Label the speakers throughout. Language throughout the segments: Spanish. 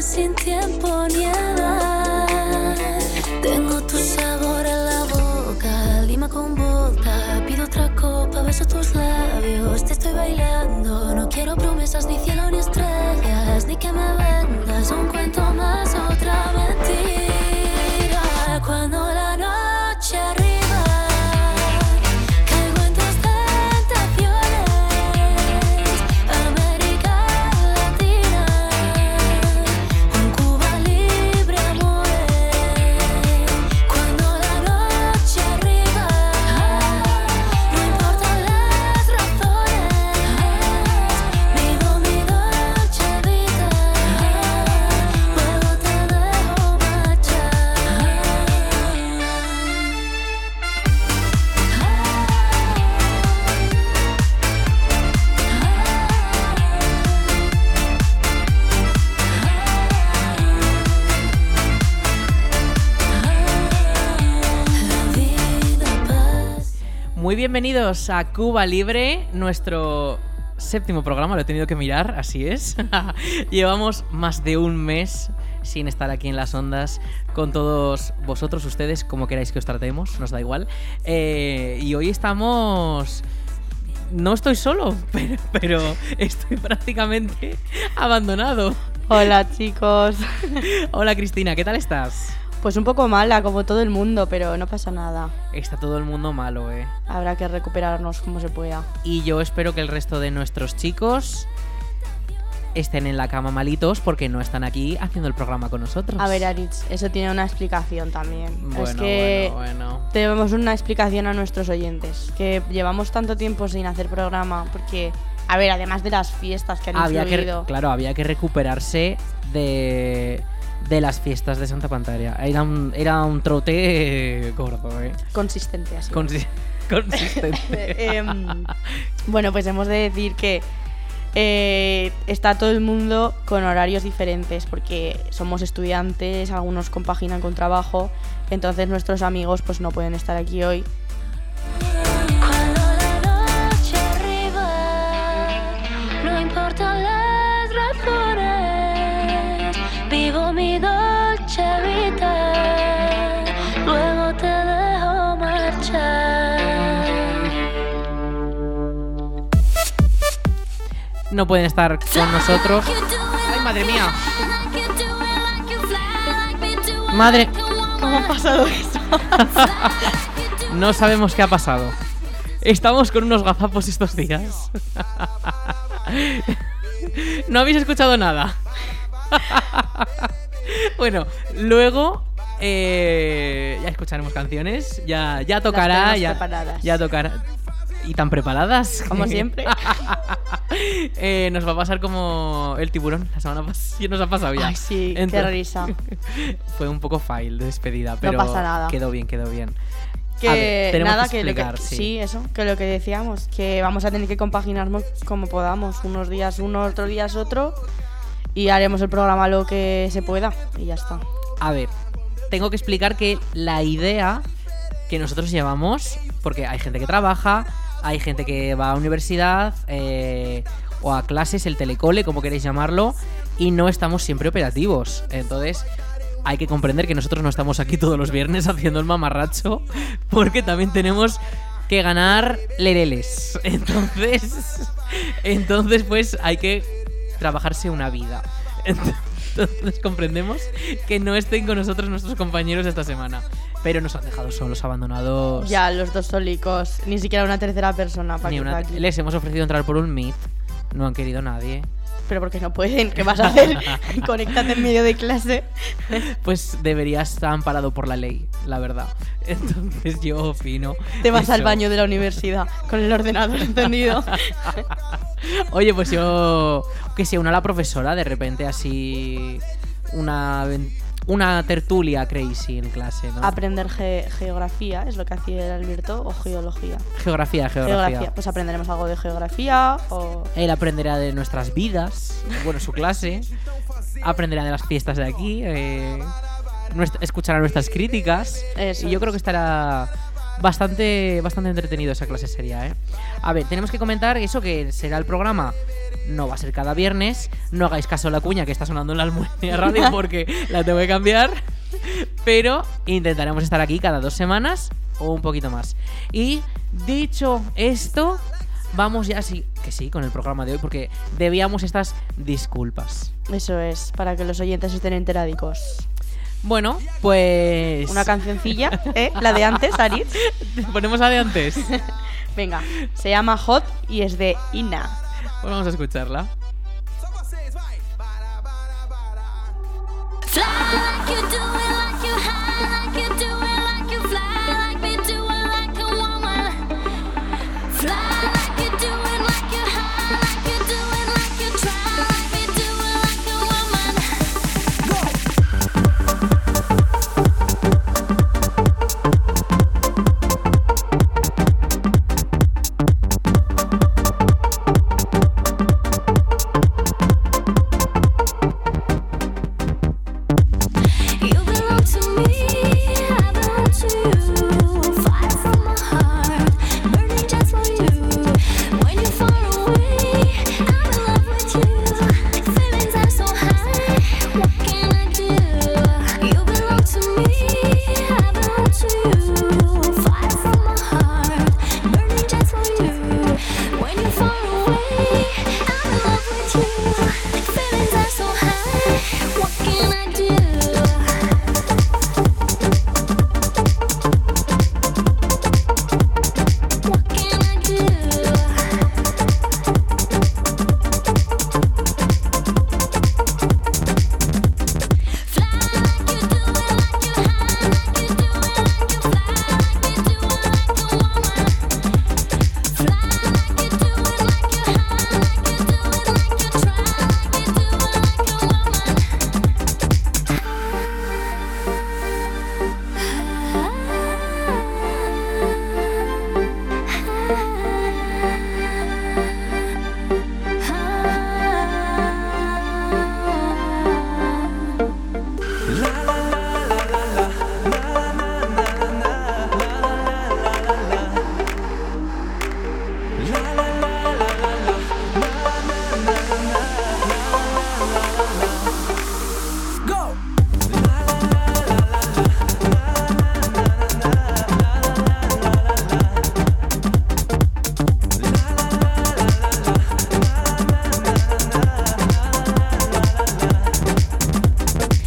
Speaker 1: sin tiempo ni edad. Tengo tu sabor en la boca, lima con boca. Pido otra copa, beso tus labios, Pues te estoy bailando. No quiero promesas, ni cielo, ni estrellas, ni que me vendas un cuento más, otra mentira. Cuando la noche arriba, caigo en tus tentaciones. América Latina, un Cuba libre, amores. Cuando la noche arriba, no importan las razones. Vivo mi noche vida, luego te dejo marchar.
Speaker 2: Muy bienvenidos a Cuba Libre, nuestro séptimo programa, lo he tenido que mirar, así es. Llevamos más de un mes sin estar aquí en las ondas con todos vosotros, ustedes, como queráis que os tratemos, nos da igual. Eh, y hoy estamos... No estoy solo, pero, pero estoy prácticamente abandonado.
Speaker 3: Hola chicos.
Speaker 2: Hola Cristina, ¿qué tal estás?
Speaker 3: Pues un poco mala, como todo el mundo, pero no pasa nada.
Speaker 2: Está todo el mundo malo, eh.
Speaker 3: Habrá que recuperarnos como se pueda.
Speaker 2: Y yo espero que el resto de nuestros chicos estén en la cama malitos porque no están aquí haciendo el programa con nosotros.
Speaker 3: A ver, Aritz, eso tiene una explicación también.
Speaker 2: Bueno,
Speaker 3: es que
Speaker 2: bueno, bueno.
Speaker 3: tenemos una explicación a nuestros oyentes, que llevamos tanto tiempo sin hacer programa, porque, a ver, además de las fiestas que han
Speaker 2: Había que,
Speaker 3: influido,
Speaker 2: claro, había que recuperarse de, de las fiestas de Santa Pantaria. Era un, era un trote eh, gordo, ¿eh?
Speaker 3: consistente así.
Speaker 2: Consi- consistente.
Speaker 3: Eh, em, bueno, pues hemos de decir que eh, está todo el mundo con horarios diferentes porque somos estudiantes, algunos compaginan con trabajo, entonces nuestros amigos pues no pueden estar aquí hoy.
Speaker 1: Cuando la noche arriba, no importan las razones, vivo mi dolce vida, luego te dejo marchar.
Speaker 2: No pueden estar con nosotros. ¡Ay, madre mía! Madre,
Speaker 3: ¿Cómo ha pasado eso?
Speaker 2: no sabemos qué ha pasado. Estamos con unos gazapos estos días. No habéis escuchado nada. Bueno, luego eh, ya escucharemos canciones, ya, ya tocará,
Speaker 3: tenemos
Speaker 2: ya,
Speaker 3: preparadas.
Speaker 2: ya tocará. Y tan preparadas.
Speaker 3: Como siempre.
Speaker 2: Eh, nos va a pasar como el tiburón la semana pasada. Nos ha pasado ya.
Speaker 3: Ay, sí, qué
Speaker 2: Entonces-
Speaker 3: risa.
Speaker 2: Fue un poco fail de despedida, pero
Speaker 3: pasa nada.
Speaker 2: quedó bien, quedó bien.
Speaker 3: Que
Speaker 2: A ver, tenemos
Speaker 3: nada
Speaker 2: que
Speaker 3: lo
Speaker 2: explicar, sí.
Speaker 3: eso, que lo que decíamos, que vamos a tener que compaginarnos como podamos, unos días uno, otros días otro, y haremos el programa lo que se pueda y ya está.
Speaker 2: A ver, tengo que explicar que la idea que nosotros llevamos, porque hay gente que trabaja, hay gente que va a universidad eh, o a clases, el telecole, como queréis llamarlo, y no estamos siempre operativos. Entonces, hay que comprender que nosotros no estamos aquí todos los viernes haciendo el mamarracho, porque también tenemos que ganar lereles. Entonces, entonces pues hay que trabajarse una vida. Entonces comprendemos que no estén con nosotros nuestros compañeros esta semana. Pero nos han dejado solos, abandonados.
Speaker 3: Ya, los dos solicos, ni siquiera una tercera persona para
Speaker 2: Ni
Speaker 3: que
Speaker 2: una-
Speaker 3: esté aquí.
Speaker 2: les hemos ofrecido entrar por un meet. No han querido nadie.
Speaker 3: Pero porque no pueden, ¿qué vas a hacer? Conéctate en medio de clase.
Speaker 2: Pues debería estar amparado por la ley, la verdad. Entonces yo opino.
Speaker 3: Te vas al
Speaker 2: eso.
Speaker 3: baño de la universidad con el ordenador encendido.
Speaker 2: Oye, pues yo. Que sea una la profesora, de repente así. Una. ven- Una tertulia crazy en clase, ¿no?
Speaker 3: Aprender ge- geografía es lo que hacía el Alberto o geología.
Speaker 2: Geografía, geografía.
Speaker 3: Pues aprenderemos algo de geografía o
Speaker 2: Él aprenderá de nuestras vidas, bueno, su clase. Aprenderá de las fiestas de aquí. eh, nuestra- escuchará nuestras críticas.
Speaker 3: Eso
Speaker 2: y yo
Speaker 3: es.
Speaker 2: creo que estará bastante, bastante entretenido esa clase seria, ¿eh? A ver, tenemos que comentar eso que será el programa no va a ser cada viernes. No hagáis caso a la cuña que está sonando en la almuernia radio porque la tengo que cambiar. Pero intentaremos estar aquí cada dos semanas o un poquito más. Y dicho esto, vamos ya sí, que sí, con el programa de hoy porque debíamos estas disculpas.
Speaker 3: Eso es, para que los oyentes estén enteradicos.
Speaker 2: Bueno, pues
Speaker 3: Una cancioncilla, ¿eh? La de antes, Aritz.
Speaker 2: ponemos la de antes.
Speaker 3: Venga, se llama Hot y es de Ina.
Speaker 2: Pues vamos a escucharla.
Speaker 1: Fly like you do it, like you high, like you do it, like you fly, like me do it, like a woman. Fly like you do it, like you high, like you do it, like you try, like me do it, like a woman. You belong to me, I belong to you. Fire from my heart, burning just for you. When you're far away, I'm in love with you. Feelings are so high, what can I do? You belong to me, I belong to you. Fire from my heart, burning just for you. When you're far away, I'm in love with you. Feelings are so high, what can I do? What can I do? Fly like you do it, like you high, like you do it, like you fly, like you do it, like a woman. Fly like you do it, like you high, like you do it, like you try, like you do it, like a woman.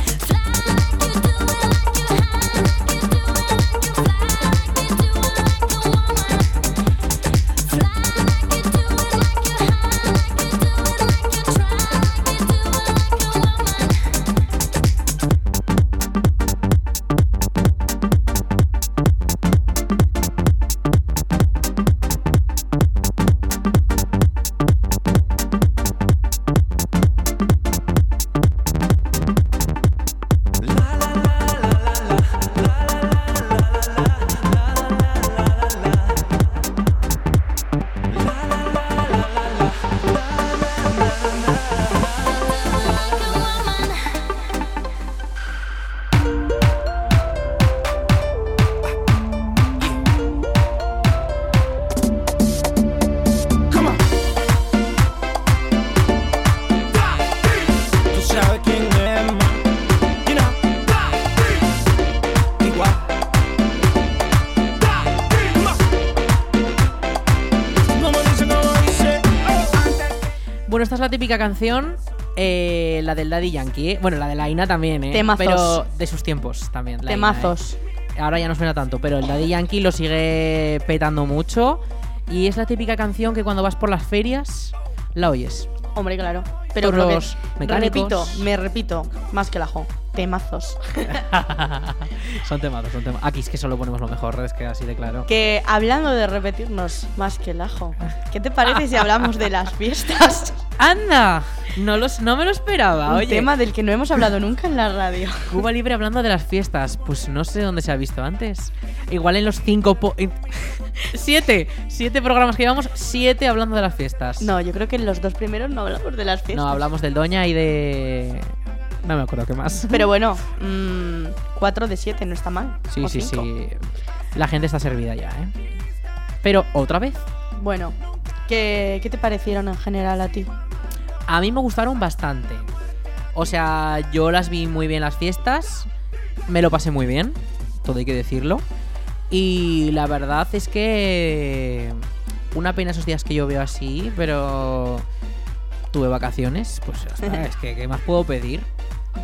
Speaker 1: Fly like you do it, like you high, like you do it, like you fly, like you do it, like a woman. Fly like you do it, like you high, like you do it, like you try, like you do it, like a woman. Like a woman.
Speaker 4: Tú sabes quién es, ma. You know. Igual. Ma. Como dice, como dice.
Speaker 2: Bueno, esta es la típica canción, eh, la del Daddy Yankee, ¿eh? bueno, la de la Ina también, ¿eh?
Speaker 3: Temazos.
Speaker 2: pero de sus tiempos también. la Ina, ¿eh?
Speaker 3: Temazos.
Speaker 2: Ahora ya no suena tanto, pero el Daddy Yankee lo sigue petando mucho y es la típica canción que cuando vas por las ferias la oyes.
Speaker 3: Hombre, claro. Pero
Speaker 2: Por
Speaker 3: creo que-
Speaker 2: los mecánicos.
Speaker 3: repito, me repito, más que la jo. Temazos.
Speaker 2: son temas, son temas. Aquí es que solo ponemos lo mejor, es que así de claro.
Speaker 3: Que hablando de repetirnos más que el ajo, ¿qué te parece si hablamos de las fiestas?
Speaker 2: ¡Anda! No, los, no me lo esperaba,
Speaker 3: Un
Speaker 2: Ah, oye.
Speaker 3: tema del que no hemos hablado nunca en la radio.
Speaker 2: Cuba Libre hablando de las fiestas, pues no sé dónde se ha visto antes. Igual en los cinco... po- en- siete, siete programas que llevamos, siete hablando de las fiestas.
Speaker 3: No, yo creo que en los dos primeros no hablamos de las fiestas.
Speaker 2: No, hablamos del Doña y de... No me acuerdo qué más.
Speaker 3: Pero bueno, 4 de 7 no está mal.
Speaker 2: Sí,
Speaker 3: o
Speaker 2: sí,
Speaker 3: cinco.
Speaker 2: sí. La gente está servida ya, ¿eh? Pero otra vez.
Speaker 3: Bueno, ¿qué, qué te parecieron en general a ti?
Speaker 2: A mí me gustaron bastante. O sea, yo las vi muy bien las fiestas. Me lo pasé muy bien. Todo hay que decirlo. Y la verdad es que. Una pena esos días que yo veo así, pero. Tuve vacaciones, pues ya está, es que ¿qué más puedo pedir?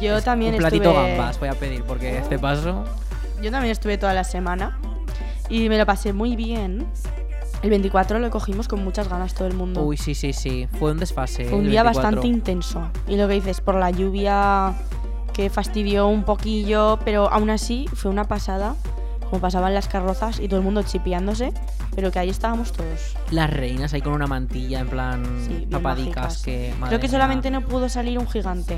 Speaker 3: Yo
Speaker 2: Es
Speaker 3: también
Speaker 2: Un platito
Speaker 3: estuve... Oh.
Speaker 2: gambas voy a pedir, porque este paso.
Speaker 3: Yo también estuve toda la semana y me lo pasé muy bien. El 24 lo cogimos con muchas ganas todo el mundo.
Speaker 2: Uy, sí, sí, sí. Fue un desfase.
Speaker 3: Fue un
Speaker 2: el
Speaker 3: día
Speaker 2: 24.
Speaker 3: bastante intenso. Y lo que dices, por la lluvia que fastidió un poquillo, pero aún así fue una pasada. Como pasaban las carrozas y todo el mundo chipeándose, pero que ahí estábamos todos.
Speaker 2: Las reinas ahí con una mantilla, en plan.
Speaker 3: Sí, bien
Speaker 2: tapadicas,
Speaker 3: mágicas.
Speaker 2: que. madre
Speaker 3: Creo que
Speaker 2: mía.
Speaker 3: solamente no pudo salir un gigante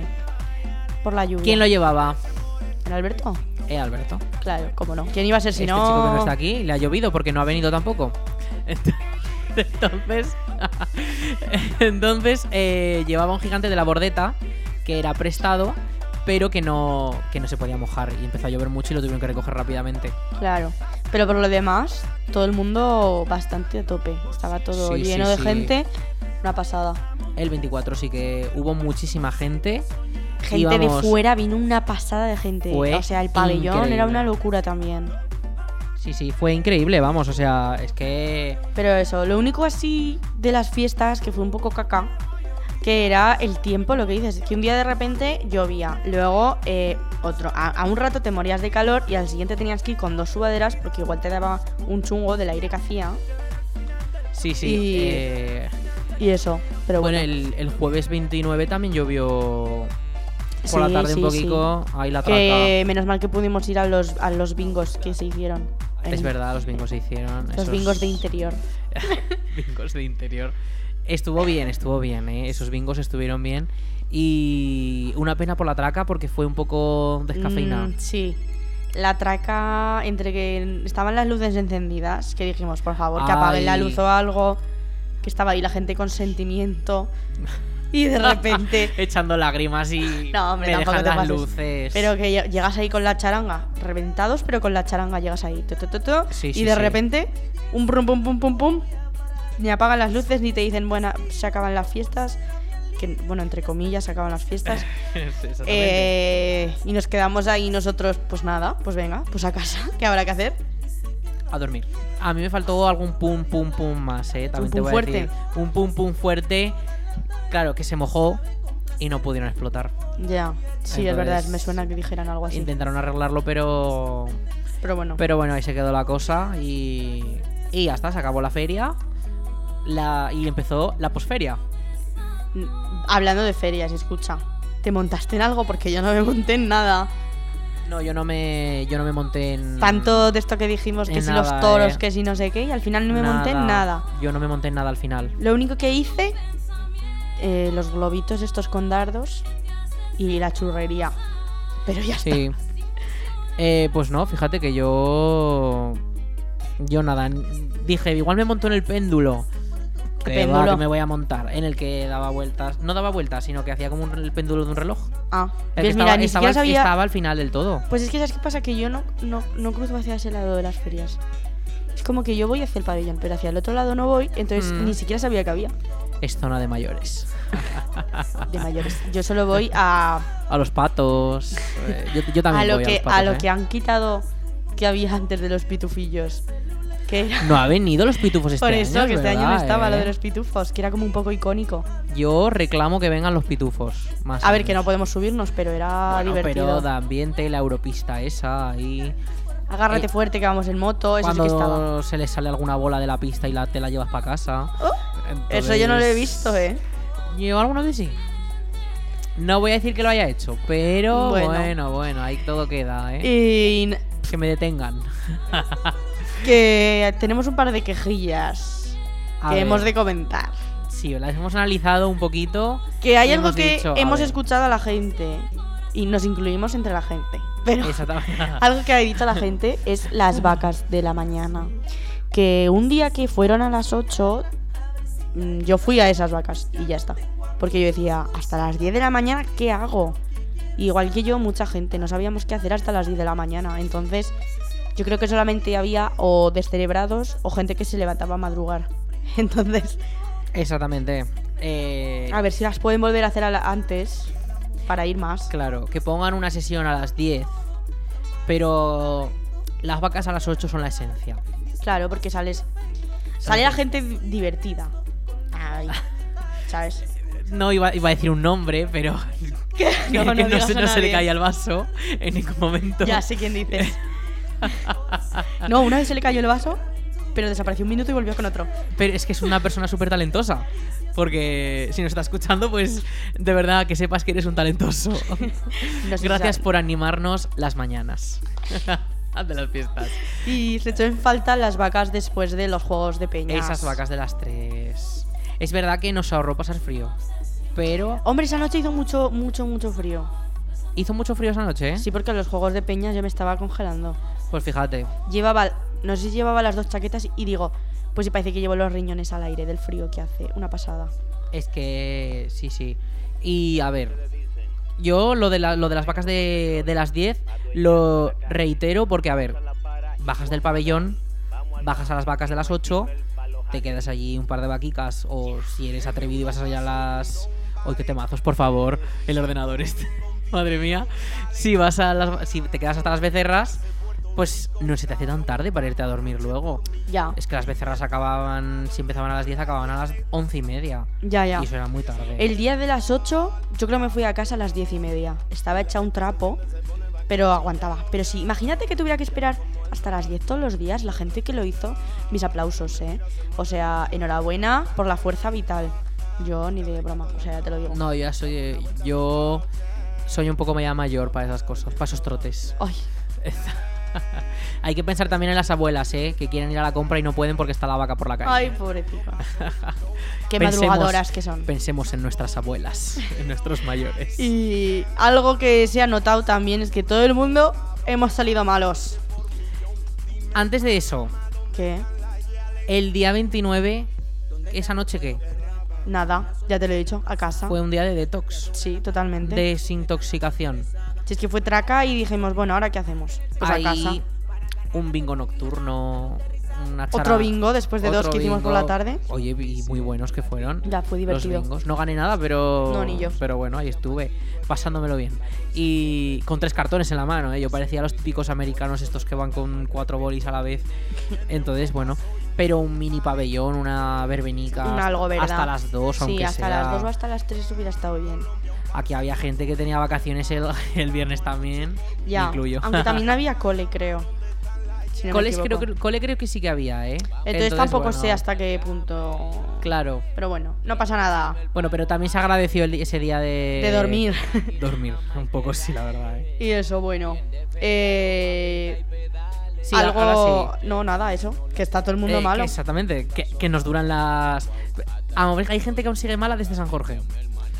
Speaker 3: por la lluvia.
Speaker 2: ¿Quién lo llevaba?
Speaker 3: ¿El Alberto?
Speaker 2: Eh, Alberto.
Speaker 3: Claro, cómo no. ¿Quién iba a ser si
Speaker 2: este
Speaker 3: no?
Speaker 2: chico que no está aquí le ha llovido porque no ha venido tampoco. Entonces, entonces eh, llevaba un gigante de la bordeta que era prestado, pero que no, que no se podía mojar. Y empezó a llover mucho y lo tuvieron que recoger rápidamente.
Speaker 3: Claro. Pero por lo demás, todo el mundo bastante a tope. Estaba todo
Speaker 2: Sí, sí,
Speaker 3: lleno de
Speaker 2: sí.
Speaker 3: gente. Una pasada.
Speaker 2: El 24 sí que hubo muchísima gente. y
Speaker 3: Gente
Speaker 2: vamos,
Speaker 3: de fuera, vino una pasada de gente.
Speaker 2: Fue
Speaker 3: o sea, el pabellón
Speaker 2: increíble.
Speaker 3: era una locura también.
Speaker 2: Sí, sí, fue increíble, vamos. O sea, es que.
Speaker 3: Pero eso, lo único así de las fiestas, que fue un poco caca, que era el tiempo, lo que dices, que un día de repente llovía, luego eh, otro, a, a un rato te morías de calor y al siguiente tenías que ir con dos sudaderas porque igual te daba un chungo del aire que hacía
Speaker 2: Sí, sí.
Speaker 3: Y-
Speaker 2: eh,
Speaker 3: y eso. Pero
Speaker 2: bueno,
Speaker 3: bueno,
Speaker 2: el, el jueves 29 también llovió por la
Speaker 3: Sí,
Speaker 2: tarde
Speaker 3: sí,
Speaker 2: un poquito. Ahí la traca.
Speaker 3: que menos mal que pudimos ir a los, a los bingos que se hicieron.
Speaker 2: Es
Speaker 3: En-
Speaker 2: verdad, los bingos se hicieron.
Speaker 3: Los
Speaker 2: esos
Speaker 3: bingos de interior.
Speaker 2: bingos de interior. Estuvo bien, estuvo bien, ¿eh? Esos bingos estuvieron bien. Y una pena por la traca porque fue un poco descafeinada.
Speaker 3: Mm, sí. La traca, entre que estaban las luces encendidas, que dijimos, por favor, que apaguen la
Speaker 2: Ay.
Speaker 3: luz o algo, que estaba ahí la gente con sentimiento, y de repente...
Speaker 2: Echando lágrimas y
Speaker 3: No, hombre,
Speaker 2: me
Speaker 3: tampoco
Speaker 2: dejan
Speaker 3: te
Speaker 2: las
Speaker 3: pases.
Speaker 2: luces.
Speaker 3: Pero que lle- llegas ahí con la charanga, reventados, pero con la charanga llegas ahí. tu, tu, tu, tu,
Speaker 2: Sí,
Speaker 3: y
Speaker 2: sí,
Speaker 3: de
Speaker 2: sí.
Speaker 3: repente, un pum pum pum pum pum, ni apagan las luces ni te dicen, bueno, se acaban las fiestas. Que, bueno, entre comillas, se acaban las fiestas.
Speaker 2: Exactamente.
Speaker 3: Eh, y nos quedamos ahí nosotros, pues nada, pues venga, pues a casa, ¿qué habrá que hacer?
Speaker 2: a dormir. A mí me faltó algún pum pum pum más, ¿eh? También te
Speaker 3: pum
Speaker 2: voy a
Speaker 3: fuerte.
Speaker 2: decir. Un pum pum fuerte. Claro, que se mojó y no pudieron explotar.
Speaker 3: Ya, sí, es
Speaker 2: Entonces-
Speaker 3: verdad, me suena que dijeran algo así.
Speaker 2: Intentaron arreglarlo, pero
Speaker 3: Pero bueno,
Speaker 2: Pero bueno, ahí se quedó la cosa y, y ya está, se acabó la feria la, y empezó la posferia.
Speaker 3: n- hablando de ferias, escucha, ¿te montaste en algo? Porque yo no me monté en nada.
Speaker 2: No, yo no me, yo no me monté en...
Speaker 3: Tanto de esto que dijimos, que
Speaker 2: En
Speaker 3: si
Speaker 2: nada,
Speaker 3: los toros,
Speaker 2: eh.
Speaker 3: que si no sé qué, y al final no me monté en nada.
Speaker 2: Yo no me monté en nada al final.
Speaker 3: Lo único que hice, eh, los globitos estos con dardos y la churrería. Pero ya está.
Speaker 2: Sí. Eh, pues no, fíjate que yo... Yo nada, n- dije, igual me monto en el péndulo.
Speaker 3: ¿Qué
Speaker 2: Que va,
Speaker 3: péndulo?
Speaker 2: que me voy a montar. En el que daba vueltas. No daba vueltas, sino que hacía como un- el péndulo de un reloj.
Speaker 3: Ah,
Speaker 2: El que
Speaker 3: ves,
Speaker 2: estaba,
Speaker 3: mira, ni
Speaker 2: estaba
Speaker 3: siquiera
Speaker 2: al-
Speaker 3: sabía.
Speaker 2: estaba al final del todo.
Speaker 3: Pues es que, ¿sabes qué pasa? Que yo no, no, no cruzo hacia ese lado de las ferias. Es como que yo voy hacia el pabellón, pero hacia el otro lado no voy, entonces
Speaker 2: Mm.
Speaker 3: ni siquiera sabía que había
Speaker 2: Es zona de mayores.
Speaker 3: de mayores. Yo solo voy a,
Speaker 2: A los patos. eh, yo, yo también
Speaker 3: a lo,
Speaker 2: voy a
Speaker 3: que,
Speaker 2: los patos.
Speaker 3: a lo
Speaker 2: ¿eh?
Speaker 3: que han quitado que había antes de los pitufillos. Que era
Speaker 2: No ha venido los pitufos este
Speaker 3: por
Speaker 2: año.
Speaker 3: eso, que este año no
Speaker 2: verdad,
Speaker 3: estaba lo
Speaker 2: ¿eh?
Speaker 3: de los pitufos, que era como un poco icónico.
Speaker 2: Yo reclamo que vengan los pitufos. Más
Speaker 3: A ver, que no
Speaker 2: años.
Speaker 3: podemos subirnos, pero era
Speaker 2: Bueno,
Speaker 3: divertido.
Speaker 2: pero también te la europista esa ahí.
Speaker 3: Agárrate
Speaker 2: eh,
Speaker 3: fuerte que vamos en moto, Pues eso sí que estaba.
Speaker 2: Cuando se le sale alguna bola de la pista y la, te la llevas para casa.
Speaker 3: Oh, Eso yo no lo he
Speaker 2: Entonces,
Speaker 3: visto, ¿eh?
Speaker 2: Yo alguna vez sí. No voy a decir que lo haya hecho, pero
Speaker 3: Bueno.
Speaker 2: bueno, bueno, ahí todo queda, ¿eh?
Speaker 3: Y n-
Speaker 2: Que me detengan.
Speaker 3: que tenemos un par de quejillas
Speaker 2: A
Speaker 3: que
Speaker 2: ver,
Speaker 3: hemos de comentar.
Speaker 2: Sí, las hemos analizado un poquito.
Speaker 3: Que hay
Speaker 2: Y
Speaker 3: algo
Speaker 2: hemos
Speaker 3: que
Speaker 2: dicho, a
Speaker 3: hemos
Speaker 2: ver.
Speaker 3: escuchado a la gente y nos incluimos entre la gente. Pero
Speaker 2: Exactamente.
Speaker 3: algo que ha dicho la gente es las vacas de la mañana. Que un día que fueron a las 8, mm, yo fui a esas vacas y ya está. Porque yo decía, hasta las 10 de la mañana, ¿qué hago? Y Igual que yo, mucha gente, no sabíamos qué hacer hasta las 10 de la mañana. Entonces, yo creo que solamente había o descerebrados o gente que se levantaba a madrugar. Entonces,
Speaker 2: Exactamente. eh,
Speaker 3: A ver si las pueden volver a hacer a la- antes para ir más.
Speaker 2: Claro, que pongan una sesión a las 10, pero las vacas a las 8 son la esencia.
Speaker 3: Claro, porque sales. Sale la gente divertida. Ay, ¿Sabes?
Speaker 2: No iba, iba a decir un nombre, pero que
Speaker 3: No, no
Speaker 2: que no,
Speaker 3: digas
Speaker 2: se,
Speaker 3: a
Speaker 2: no se le
Speaker 3: nadie.
Speaker 2: cae al vaso en ningún momento.
Speaker 3: Ya sé quién dices. no, una vez se le cayó el vaso, pero desapareció un minuto y volvió con otro.
Speaker 2: Pero es que es una persona súper talentosa. Porque si nos está escuchando, pues de verdad que sepas que eres un talentoso.
Speaker 3: No sé si
Speaker 2: Gracias
Speaker 3: sabe.
Speaker 2: por animarnos las mañanas de las fiestas.
Speaker 3: Y se echó en falta las vacas después de los juegos de peñas.
Speaker 2: Esas vacas de las tres. Es verdad que nos ahorró pasar frío. Pero
Speaker 3: Hombre, esa noche hizo mucho, mucho, mucho frío.
Speaker 2: hizo mucho frío esa noche, ¿eh?
Speaker 3: Sí, porque en los juegos de peñas yo me estaba congelando.
Speaker 2: Pues fíjate.
Speaker 3: Llevaba, no sé si llevaba las dos chaquetas y digo, pues sí parece que llevo los riñones al aire del frío que hace. Una pasada.
Speaker 2: Es que sí, sí. Y a ver, yo lo de, la- lo de las vacas de, de las 10 lo reitero porque, a ver, bajas del pabellón, bajas a las vacas de las 8, te quedas allí un par de vaquicas o si eres atrevido y vas allá a las... ¡Ay, qué temazos, por favor! El ordenador este. Madre mía. Si, vas a las- si te quedas hasta las becerras, pues no se te hace tan tarde para irte a dormir luego.
Speaker 3: Ya,
Speaker 2: Es que las becerras acababan, si empezaban a las 10, acababan a las 11 y media.
Speaker 3: ya, ya.
Speaker 2: Y eso era muy tarde.
Speaker 3: El día de las 8, yo creo que me fui a casa a las 10 y media. Estaba hecha un trapo, pero aguantaba. Pero sí, imagínate que tuviera que esperar hasta las 10 todos los días. La gente que lo hizo, mis aplausos, ¿eh? O sea, enhorabuena por la fuerza vital. Yo ni de broma, o sea, ya te lo digo.
Speaker 2: No, yo ya soy. eh, Yo soy un poco ya mayor para esas cosas, para esos trotes.
Speaker 3: Ay,
Speaker 2: Hay que pensar también en las abuelas, ¿eh? Que quieren ir a la compra y no pueden porque está la vaca por la calle.
Speaker 3: ay, pobrecita. Qué
Speaker 2: Pensemos-
Speaker 3: madrugadoras que son.
Speaker 2: Pensemos en nuestras abuelas, en nuestros mayores.
Speaker 3: Y algo que se ha notado también es que todo el mundo hemos salido malos.
Speaker 2: Antes de eso,
Speaker 3: ¿Qué?
Speaker 2: el día 29, ¿esa noche qué?
Speaker 3: Nada, ya te lo he dicho, a casa.
Speaker 2: Fue un día de detox.
Speaker 3: Ah. Sí, totalmente.
Speaker 2: Desintoxicación.
Speaker 3: Si es que fue traca y dijimos, bueno, ¿ahora qué hacemos? Pues
Speaker 2: Hay
Speaker 3: a casa.
Speaker 2: Un bingo nocturno. Una
Speaker 3: Otro
Speaker 2: charada.
Speaker 3: bingo después de dos
Speaker 2: Otro
Speaker 3: que hicimos por la
Speaker 2: bingo.
Speaker 3: tarde.
Speaker 2: Oye, y muy buenos que fueron.
Speaker 3: Ya, fue
Speaker 2: los
Speaker 3: divertido.
Speaker 2: bingos. No gané nada, pero.
Speaker 3: No, ni yo.
Speaker 2: Pero bueno, ahí estuve, pasándomelo bien. Y con tres cartones en la mano, ¿eh? Yo parecía los típicos americanos estos que van con cuatro bolis a la vez. Entonces, bueno. Pero un mini pabellón, una verbenica.
Speaker 3: Un
Speaker 2: hasta-
Speaker 3: algo, ¿verdad?
Speaker 2: Hasta las dos,
Speaker 3: Sí,
Speaker 2: aunque
Speaker 3: hasta
Speaker 2: sea.
Speaker 3: las dos o hasta las tres hubiera estado bien.
Speaker 2: Aquí había gente que tenía vacaciones el, el viernes también. me
Speaker 3: Ya.
Speaker 2: Incluyo.
Speaker 3: Aunque también había cole, creo. Si no me
Speaker 2: Coles creo,
Speaker 3: equivoco.
Speaker 2: que- cole creo que sí que había, ¿eh?
Speaker 3: Entonces, tampoco
Speaker 2: bueno,
Speaker 3: sé hasta qué punto.
Speaker 2: Claro.
Speaker 3: Pero bueno, no pasa nada.
Speaker 2: Bueno, pero también se agradeció el- ese día de...
Speaker 3: De dormir.
Speaker 2: Dormir, un poco sí, la verdad. ¿eh?
Speaker 3: Y eso, bueno. Eh,
Speaker 2: Sí,
Speaker 3: algo.
Speaker 2: ahora sí.
Speaker 3: No, nada, eso. Que está todo el mundo
Speaker 2: Eh,
Speaker 3: malo.
Speaker 2: que exactamente, que, que nos duran las... A lo mejor hay gente que aún sigue mala desde San Jorge.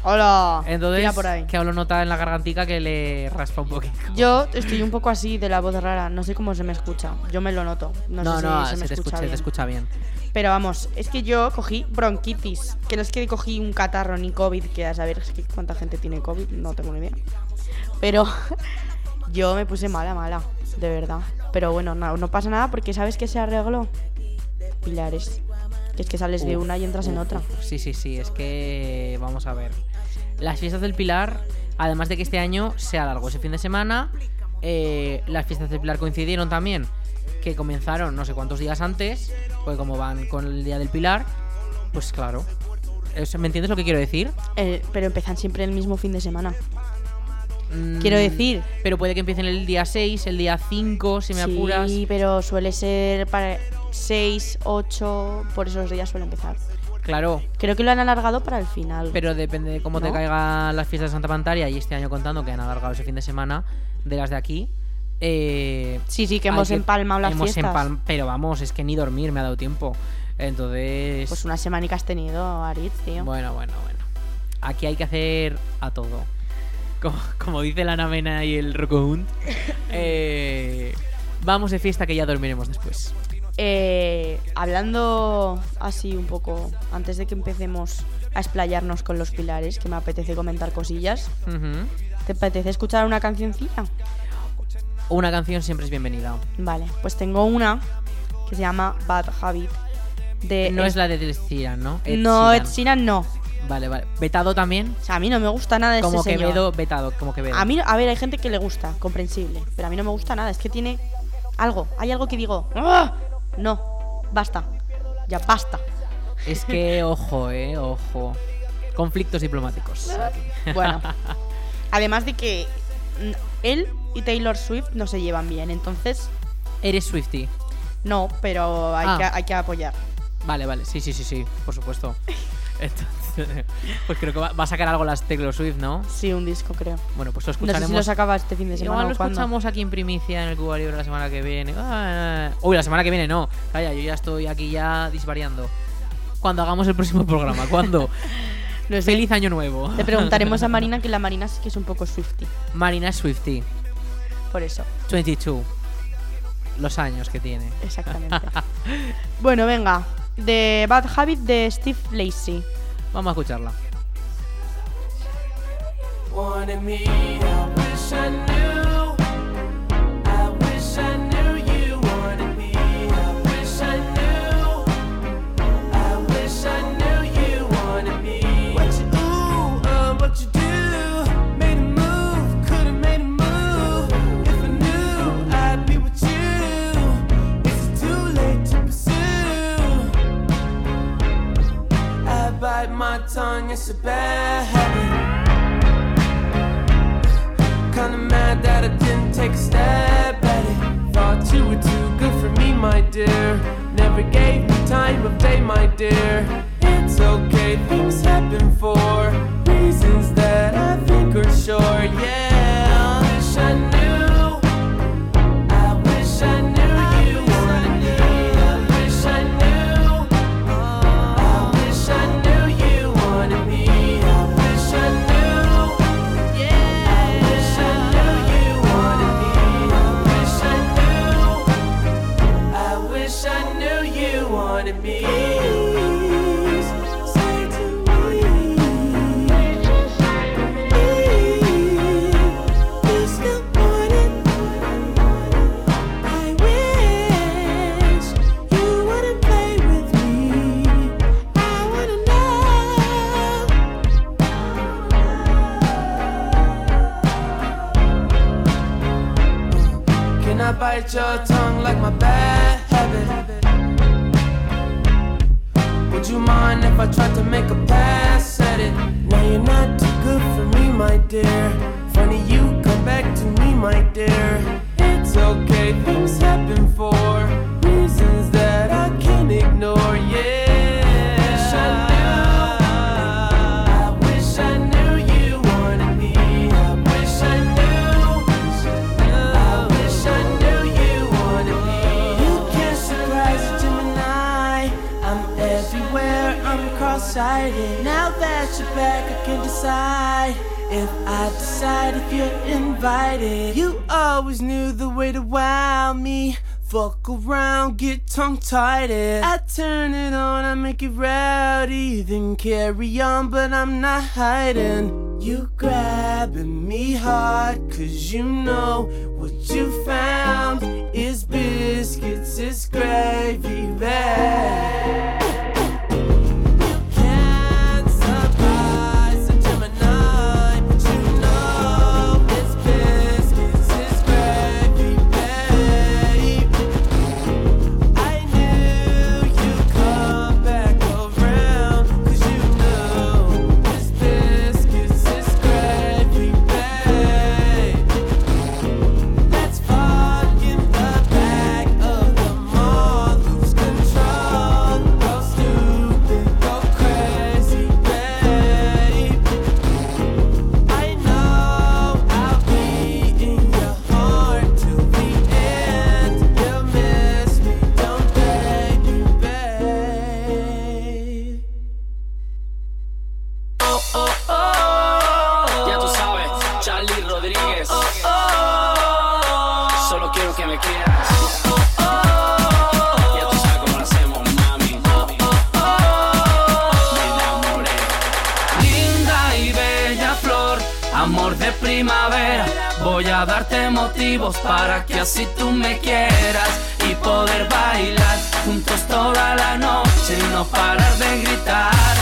Speaker 3: Hola.
Speaker 2: Entonces,
Speaker 3: Mira por ahí.
Speaker 2: que aún lo nota en la gargantica que le raspa un poquito.
Speaker 3: Yo estoy un poco así de la voz rara, no sé cómo se me escucha, yo me lo noto, no, sé si se me
Speaker 2: te,
Speaker 3: escucha
Speaker 2: escucha, se te
Speaker 3: bien.
Speaker 2: escucha bien.
Speaker 3: Pero vamos, es que yo cogí bronquitis, que no es que cogí un catarro ni COVID, que a saber es que cuánta gente tiene COVID, no tengo ni idea. Pero yo me puse mala, mala, de verdad. Pero bueno, no, no pasa nada porque ¿sabes que se arregló? Pilares. Que es que sales de
Speaker 2: Uf,
Speaker 3: una y entras en
Speaker 2: uf,
Speaker 3: otra.
Speaker 2: uf. Sí, sí, sí, es que vamos a ver. Las fiestas del Pilar, además de que este año se alargó ese fin de semana, eh, las fiestas del Pilar coincidieron también, que comenzaron no sé cuántos días antes, porque como van con el día del Pilar, pues claro. O sea, ¿Me entiendes lo que quiero decir?
Speaker 3: Eh, pero empiezan siempre el mismo fin de semana.
Speaker 2: Mm,
Speaker 3: Quiero decir,
Speaker 2: Pero puede que empiecen el día 6, el día 5, si me
Speaker 3: sí,
Speaker 2: apuras.
Speaker 3: pero suele ser para 6, 8, por esos días suele empezar.
Speaker 2: Claro,
Speaker 3: Creo que lo han alargado para el final.
Speaker 2: Pero depende de cómo te
Speaker 3: ¿No?
Speaker 2: caigan las fiestas de Santa Pantaria y este año contando que han alargado ese fin de semana de las de aquí. eh,
Speaker 3: sí, sí, que
Speaker 2: hay
Speaker 3: hemos empalmado las
Speaker 2: hemos
Speaker 3: fiestas.
Speaker 2: empalm- pero vamos, es que ni dormir me ha dado tiempo. Entonces.
Speaker 3: Pues una semana que has tenido, Aritz, tío.
Speaker 2: Bueno, bueno, bueno. Aquí hay que hacer a todo. Como, como dice la Namena y el Rocohunt. eh, vamos de fiesta que ya dormiremos después.
Speaker 3: Eh, hablando así un poco, antes de que empecemos a explayarnos con los pilares, que me apetece comentar cosillas,
Speaker 2: Ujú.
Speaker 3: ¿te apetece escuchar una cancioncilla?
Speaker 2: Una canción siempre es bienvenida.
Speaker 3: Vale, pues tengo una que se llama Bad Habit. De
Speaker 2: No es la de Ed Sheeran, ¿no? Ed
Speaker 3: Eh, No, Ed
Speaker 2: Sheeran.
Speaker 3: Sheeran no.
Speaker 2: Vale, vale. Vetado también.
Speaker 3: O sea, a mí no me gusta nada ese
Speaker 2: Como
Speaker 3: señor.
Speaker 2: Quevedo, vetado, como Quevedo.
Speaker 3: A mí, no- a ver, hay gente que le gusta, comprensible, pero a mí no me gusta nada. Es que tiene algo, hay algo que digo,
Speaker 4: Oh.
Speaker 3: "Ah, no, basta, ya basta.
Speaker 2: Es que, ojo, eh, ojo. Conflictos diplomáticos. aquí.
Speaker 3: Bueno, además de que mm, él y Taylor Swift no se llevan bien, entonces
Speaker 2: Eres Swifty.
Speaker 3: no, pero hay,
Speaker 2: Ah.
Speaker 3: que, hay que apoyar.
Speaker 2: Vale, vale. Sí, sí, sí, sí. Por supuesto. Entonces, pues creo que va, va a sacar algo las Taylor Swift, ¿no?
Speaker 3: Sí, un disco creo.
Speaker 2: Bueno, pues lo
Speaker 3: No sé
Speaker 2: escucharemos.
Speaker 3: si lo sacaba este fin de semana
Speaker 2: Igual lo
Speaker 3: o cuándo.
Speaker 2: escuchamos aquí en primicia en el Cuba Libre la semana que viene. Ah, Uy, la semana que viene no. Vaya, yo ya estoy aquí ya disvariando. Cuando hagamos el próximo programa, ¿cuándo?
Speaker 3: No sé.
Speaker 2: Feliz año nuevo.
Speaker 3: Le preguntaremos a Marina, que la Marina sí que es un poco Swifty,
Speaker 2: Marina Swifty,
Speaker 3: por eso.
Speaker 2: 22. Los años que tiene.
Speaker 3: Exactamente. bueno, venga. The Bad Habit de Steve Lacey.
Speaker 2: Vamos a escucharla.
Speaker 5: wanted me. I wish I knew. I wish I knew you wanted me. I wish I knew. I wish I knew you wanted me. What you ooh, uh, what you do? Made a move, could've made a move. If I knew I'd be with you, is it too late to pursue? I bite my tongue, it's a bad habit. Kinda mad that I didn't take a stab at it. Thought you were too good for me, my dear. Never gave me time of day, my dear. It's okay, things happen for reasons that I think are sure. Yeah, I wish I knew. I wish I knew you wanted me. I wish I knew. I wish I knew you wanted me. I wish I knew. I wish I knew you wanted me. I wish I knew. I wish I knew you wanted me. Say to me, please good morning. I wish you wouldn't play with me. I wanna know. Can I bite your tongue like my bad habit? Would you mind if I tried to make a pass at it? Now you're not too good for me, my dear. Funny you come back to me, my dear. It's okay, things happen for reasons that I can't ignore, yeah. I wish I knew you wanted me. I wish I knew. I wish I knew you wanted me. You can't surprise a Gemini. I'm everywhere, I'm cross-sighted. Now that you're back, I can decide if I decide if you're invited. You always knew the way to wow me. Fuck around, get tongue-tied. I turn it on, I make it rowdy, then carry on, but I'm not hiding. You grabbing me hard, cause you know what you found is biscuits, is gravy bag. Can't surprise a Gemini, but you know it's biscuits, is gravy bag. I knew you'd come back around, 'cause you know this biscuit's this gravy bag. Let's fuck in the back of the mall, lose control, go stupid, go crazy, babe. I know I'll be in your heart till the end. You'll miss me, don't beg, you beg. Oh oh oh.
Speaker 6: Ya tú sabes, Charlie Rodríguez.
Speaker 5: oh.
Speaker 6: Solo quiero que me quieras. Ya tú sabes cómo lo hacemos, mami. Me enamoré. Linda y bella flor, amor de primavera. Voy a darte motivos para que así tú me quieras y poder bailar juntos toda la noche y no parar de gritar.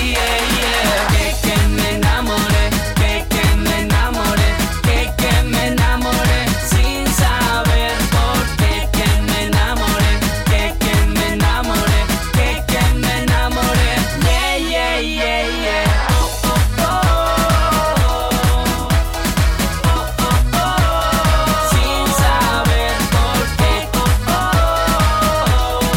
Speaker 6: yeah, yeah. Que que me enamoré, que que me enamoré, que que me enamoré sin saber por qué que me enamoré, que que me enamoré, que que me enamoré, yeah, yeah, yeah, yeah. Oh, oh, oh. Oh, oh, oh. Sin saber por qué, oh, oh, oh.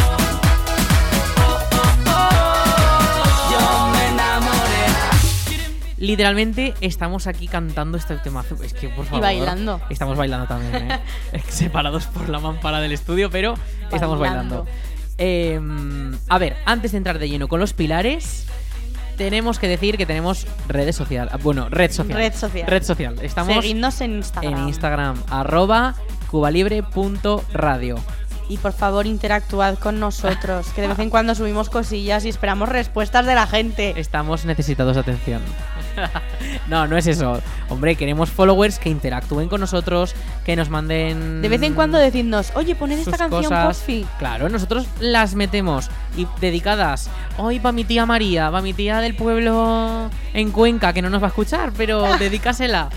Speaker 6: Yo me enamoré.
Speaker 2: Literalmente estamos aquí cantando este tema. Es que, por favor.
Speaker 3: bailando.
Speaker 2: Estamos bailando también, ¿eh? Separados por la mampara del estudio, pero estamos
Speaker 3: Bailando.
Speaker 2: bailando. Eh, a ver, antes de entrar de lleno con los pilares, tenemos que decir que tenemos redes sociales. Bueno, red social.
Speaker 3: Red social.
Speaker 2: Red social. Estamos
Speaker 3: Seguidnos en Instagram.
Speaker 2: en Instagram, arroba cubalibre.radio.
Speaker 3: Y por favor, interactuad con nosotros, que de vez en cuando subimos cosillas y esperamos respuestas de la gente.
Speaker 2: Estamos necesitados de atención. no, no es eso. Hombre, queremos followers que interactúen con nosotros, que nos manden.
Speaker 3: De vez en cuando decidnos, oye, poned esta
Speaker 2: Mm. sus
Speaker 3: canción,
Speaker 2: cosas.
Speaker 3: porfi.
Speaker 2: Claro, nosotros las metemos y dedicadas. Hoy va mi tía María, va mi tía del pueblo en Cuenca, que no nos va a escuchar, pero dedícasela.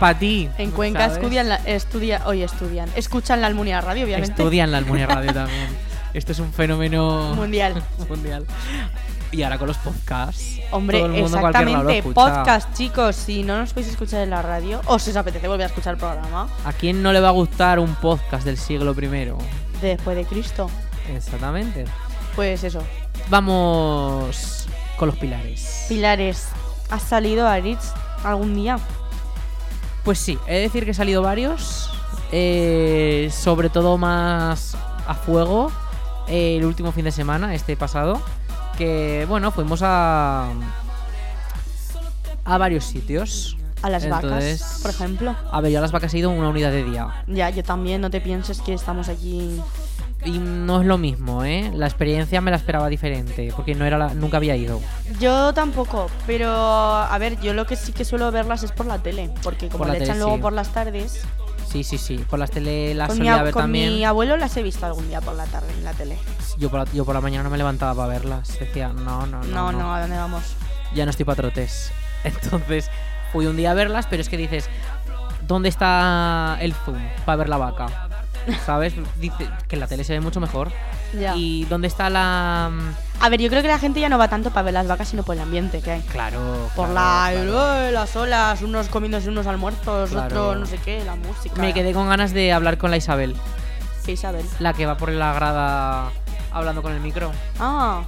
Speaker 2: Para ti.
Speaker 3: En Cuenca
Speaker 2: ¿sabes?
Speaker 3: estudian, la, estudia, hoy estudian, escuchan la Almunia Radio, obviamente.
Speaker 2: Estudian la Almunia Radio también. Esto es un fenómeno
Speaker 3: Mundial.
Speaker 2: mundial. Y ahora con los podcasts.
Speaker 3: Hombre,
Speaker 2: todo el mundo, cualquier lado lo
Speaker 3: exactamente.
Speaker 2: escucha.
Speaker 3: Podcast, chicos, si no nos podéis escuchar en la radio, o si os apetece volver a escuchar el programa,
Speaker 2: ¿A quién no le va a gustar un podcast del siglo primero?
Speaker 3: de después de Cristo,
Speaker 2: Exactamente.
Speaker 3: pues eso.
Speaker 2: Vamos con los pilares.
Speaker 3: Pilares, ¿has salido a Ritz algún día?
Speaker 2: Pues sí, he de decir que he salido varios. eh, sobre todo más a fuego. eh, el último fin de semana, este pasado. Que bueno, fuimos a. a varios sitios.
Speaker 3: A las
Speaker 2: Entonces-
Speaker 3: vacas, por ejemplo.
Speaker 2: A ver, yo a las vacas he ido una unidad de día.
Speaker 3: Ya, yo también, no te pienses que estamos aquí.
Speaker 2: Y no es lo mismo, ¿eh? La experiencia me la esperaba diferente. Porque no era la- nunca había ido.
Speaker 3: Yo tampoco, pero a ver, yo lo que sí que suelo verlas es por la tele, porque como
Speaker 2: Por la
Speaker 3: le echan
Speaker 2: tele,
Speaker 3: luego
Speaker 2: sí.
Speaker 3: por las tardes,
Speaker 2: Sí, sí, sí. Por las tele las
Speaker 3: con, mi,
Speaker 2: solía
Speaker 3: ab-
Speaker 2: ver
Speaker 3: con
Speaker 2: también.
Speaker 3: mi abuelo las he visto algún día por la tarde en la tele.
Speaker 2: Yo por, la, yo por la mañana no me levantaba para verlas. Decía, no, no, no.
Speaker 3: No, no, ¿a dónde vamos?
Speaker 2: ya no estoy para trotes. Entonces fui un día a verlas, pero es que dices, ¿dónde está el zoom para ver la vaca? ¿Sabes? Dice que en la tele se ve mucho mejor. ¿Y dónde está la...? mm,
Speaker 3: A ver, yo creo que la gente ya no va tanto para ver las vacas, sino por el ambiente que hay.
Speaker 2: Claro.
Speaker 3: Por
Speaker 2: claro,
Speaker 3: la,
Speaker 2: claro.
Speaker 3: eh, las olas, unos comiéndose unos almuerzos,
Speaker 2: Claro.
Speaker 3: otros no sé qué, la música.
Speaker 2: Me quedé con ganas de hablar con la Isabel,
Speaker 3: Sí, Isabel.
Speaker 2: la que va por la grada hablando con el micro.
Speaker 3: Ah,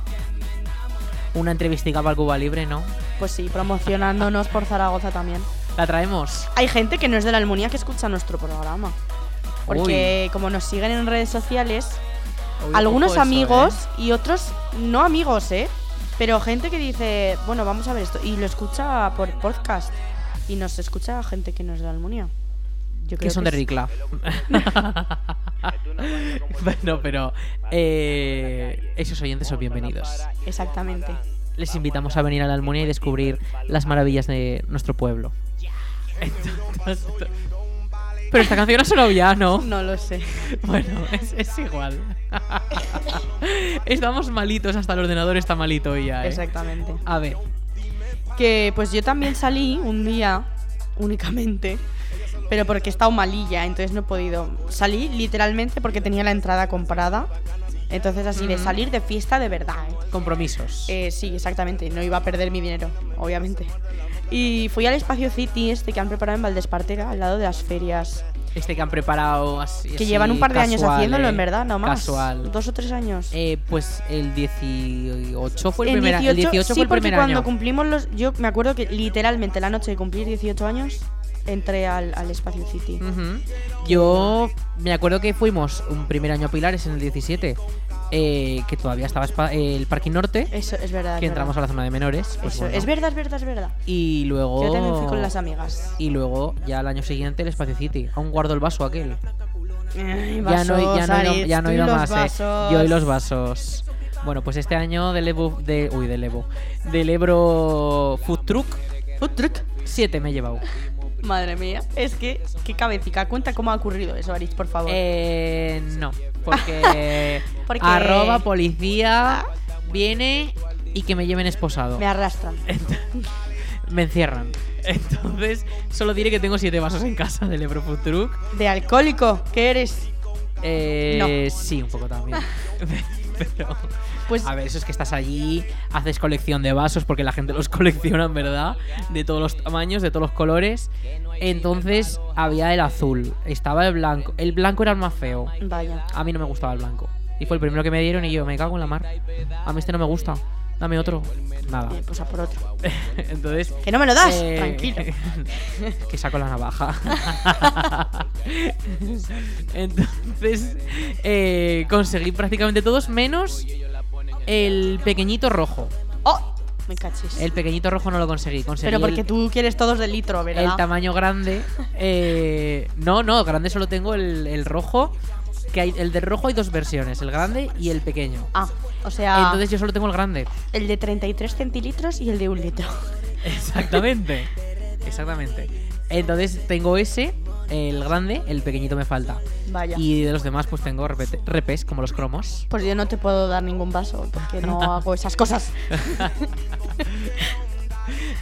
Speaker 2: Una entrevistica para el Cuba Libre, ¿no?
Speaker 3: pues sí, promocionándonos por Zaragoza también.
Speaker 2: La traemos.
Speaker 3: Hay gente que no es de la Almunia que escucha nuestro programa. Porque como nos siguen en redes sociales,
Speaker 2: Uy,
Speaker 3: algunos
Speaker 2: ojo eso,
Speaker 3: amigos
Speaker 2: ¿eh?
Speaker 3: y otros no amigos, ¿eh? Pero gente que dice, bueno, vamos a ver esto. Y lo escucha por podcast. Y nos escucha gente que no es de la Almunia. Yo creo
Speaker 2: que son de
Speaker 3: es-
Speaker 2: Ricla. bueno, pero eh, esos oyentes son bienvenidos.
Speaker 3: Exactamente.
Speaker 2: les invitamos a venir a la Almunia y descubrir las maravillas de nuestro pueblo. Entonces- pero esta canción ha sonado ya, ¿no?
Speaker 3: No lo sé.
Speaker 2: Bueno, es, es igual. Estamos malitos, hasta el ordenador está malito hoy ya. ¿eh?
Speaker 3: Exactamente.
Speaker 2: A ver,
Speaker 3: Que pues yo también salí un día únicamente, pero porque he estado malilla, entonces no he podido. Salí literalmente porque tenía la entrada comprada. Entonces así de
Speaker 2: Ujú.
Speaker 3: salir de fiesta de verdad. ¿eh?
Speaker 2: compromisos.
Speaker 3: Eh, sí, exactamente, no iba a perder mi dinero, obviamente. Y fui al espacio City este que han preparado en Valdespartera, al lado de las ferias.
Speaker 2: Este que han preparado así.
Speaker 3: Que
Speaker 2: así,
Speaker 3: llevan un par de años
Speaker 2: casual,
Speaker 3: haciéndolo,
Speaker 2: eh,
Speaker 3: en verdad, no más.
Speaker 2: Casual.
Speaker 3: Dos o tres años.
Speaker 2: Eh, pues el 18 fue el,
Speaker 3: En
Speaker 2: primer año. El 18
Speaker 3: sí,
Speaker 2: fue el
Speaker 3: porque
Speaker 2: primer
Speaker 3: cuando
Speaker 2: año.
Speaker 3: cumplimos los... Yo me acuerdo que literalmente la noche de cumplir 18 años entré al, al Espacio City.
Speaker 2: Ujú. Yo me acuerdo que fuimos un primer año a Pilares en el 17, eh, que todavía estaba espa- eh, el Parque Norte,
Speaker 3: Eso es verdad.
Speaker 2: que
Speaker 3: es verdad.
Speaker 2: entramos a la zona de menores. pues
Speaker 3: Eso,
Speaker 2: bueno.
Speaker 3: Es verdad, es verdad, es verdad.
Speaker 2: Y luego.
Speaker 3: Yo también fui con las amigas.
Speaker 2: Y luego, ya el año siguiente, el Espacio City. Aún guardo el vaso aquel.
Speaker 3: Ay,
Speaker 2: ya no, he- ya no, he ido-
Speaker 3: Aritz,
Speaker 2: ya no
Speaker 3: tú
Speaker 2: he
Speaker 3: y
Speaker 2: ido
Speaker 3: los
Speaker 2: más, eh.
Speaker 3: vasos.
Speaker 2: Yo y los vasos. Bueno, pues este año del Evo. De, uy, del Evo. Del Ebro Food Truck. Food Truck. Siete me he llevado.
Speaker 3: Madre mía, es que, qué cabecita. Cuenta cómo ha ocurrido eso, Aritz, por favor.
Speaker 2: Eh, no, porque,
Speaker 3: Oh. Porque-
Speaker 2: arroba policía viene y que me lleven esposado.
Speaker 3: Me arrastran.
Speaker 2: Me encierran. Entonces, solo diré que tengo siete vasos en casa del Ebrofood Truck.
Speaker 3: De alcohólico, ¿qué eres?
Speaker 2: Eh, Sí, un poco también. Pero,
Speaker 3: Pues
Speaker 2: a ver, eso es que estás allí, haces colección de vasos porque la gente los colecciona, en verdad, de todos los tamaños, de todos los colores. Entonces había el azul, estaba el blanco. El blanco era el más feo.
Speaker 3: vaya.
Speaker 2: A mí no me gustaba el blanco. Y fue el primero que me dieron y yo me cago en la mar. A mí este no me gusta. Dame otro. Nada.
Speaker 3: Eh, pues a por otro.
Speaker 2: Entonces
Speaker 3: Que no me lo das,
Speaker 2: eh,
Speaker 3: Ah, tranquilo.
Speaker 2: que saco la navaja. Entonces, eh, conseguí prácticamente todos, menos el pequeñito rojo.
Speaker 3: ¡Oh! Me cachis.
Speaker 2: El pequeñito rojo no lo conseguí. conseguí
Speaker 3: Pero porque
Speaker 2: el,
Speaker 3: tú quieres todos de litro, ¿verdad?
Speaker 2: el tamaño grande. eh, no, no, grande solo tengo el, el rojo. Que hay, el de rojo hay dos versiones, el grande y el pequeño.
Speaker 3: Ah, o sea,
Speaker 2: Entonces yo solo tengo el grande.
Speaker 3: el de 33 centilitros y el de un litro.
Speaker 2: Exactamente. Exactamente. Entonces tengo ese, el grande, el pequeñito me falta.
Speaker 3: Vaya.
Speaker 2: Y de los demás, pues tengo repete- repes, como los cromos.
Speaker 3: Pues yo no te puedo dar ningún vaso porque no hago esas cosas.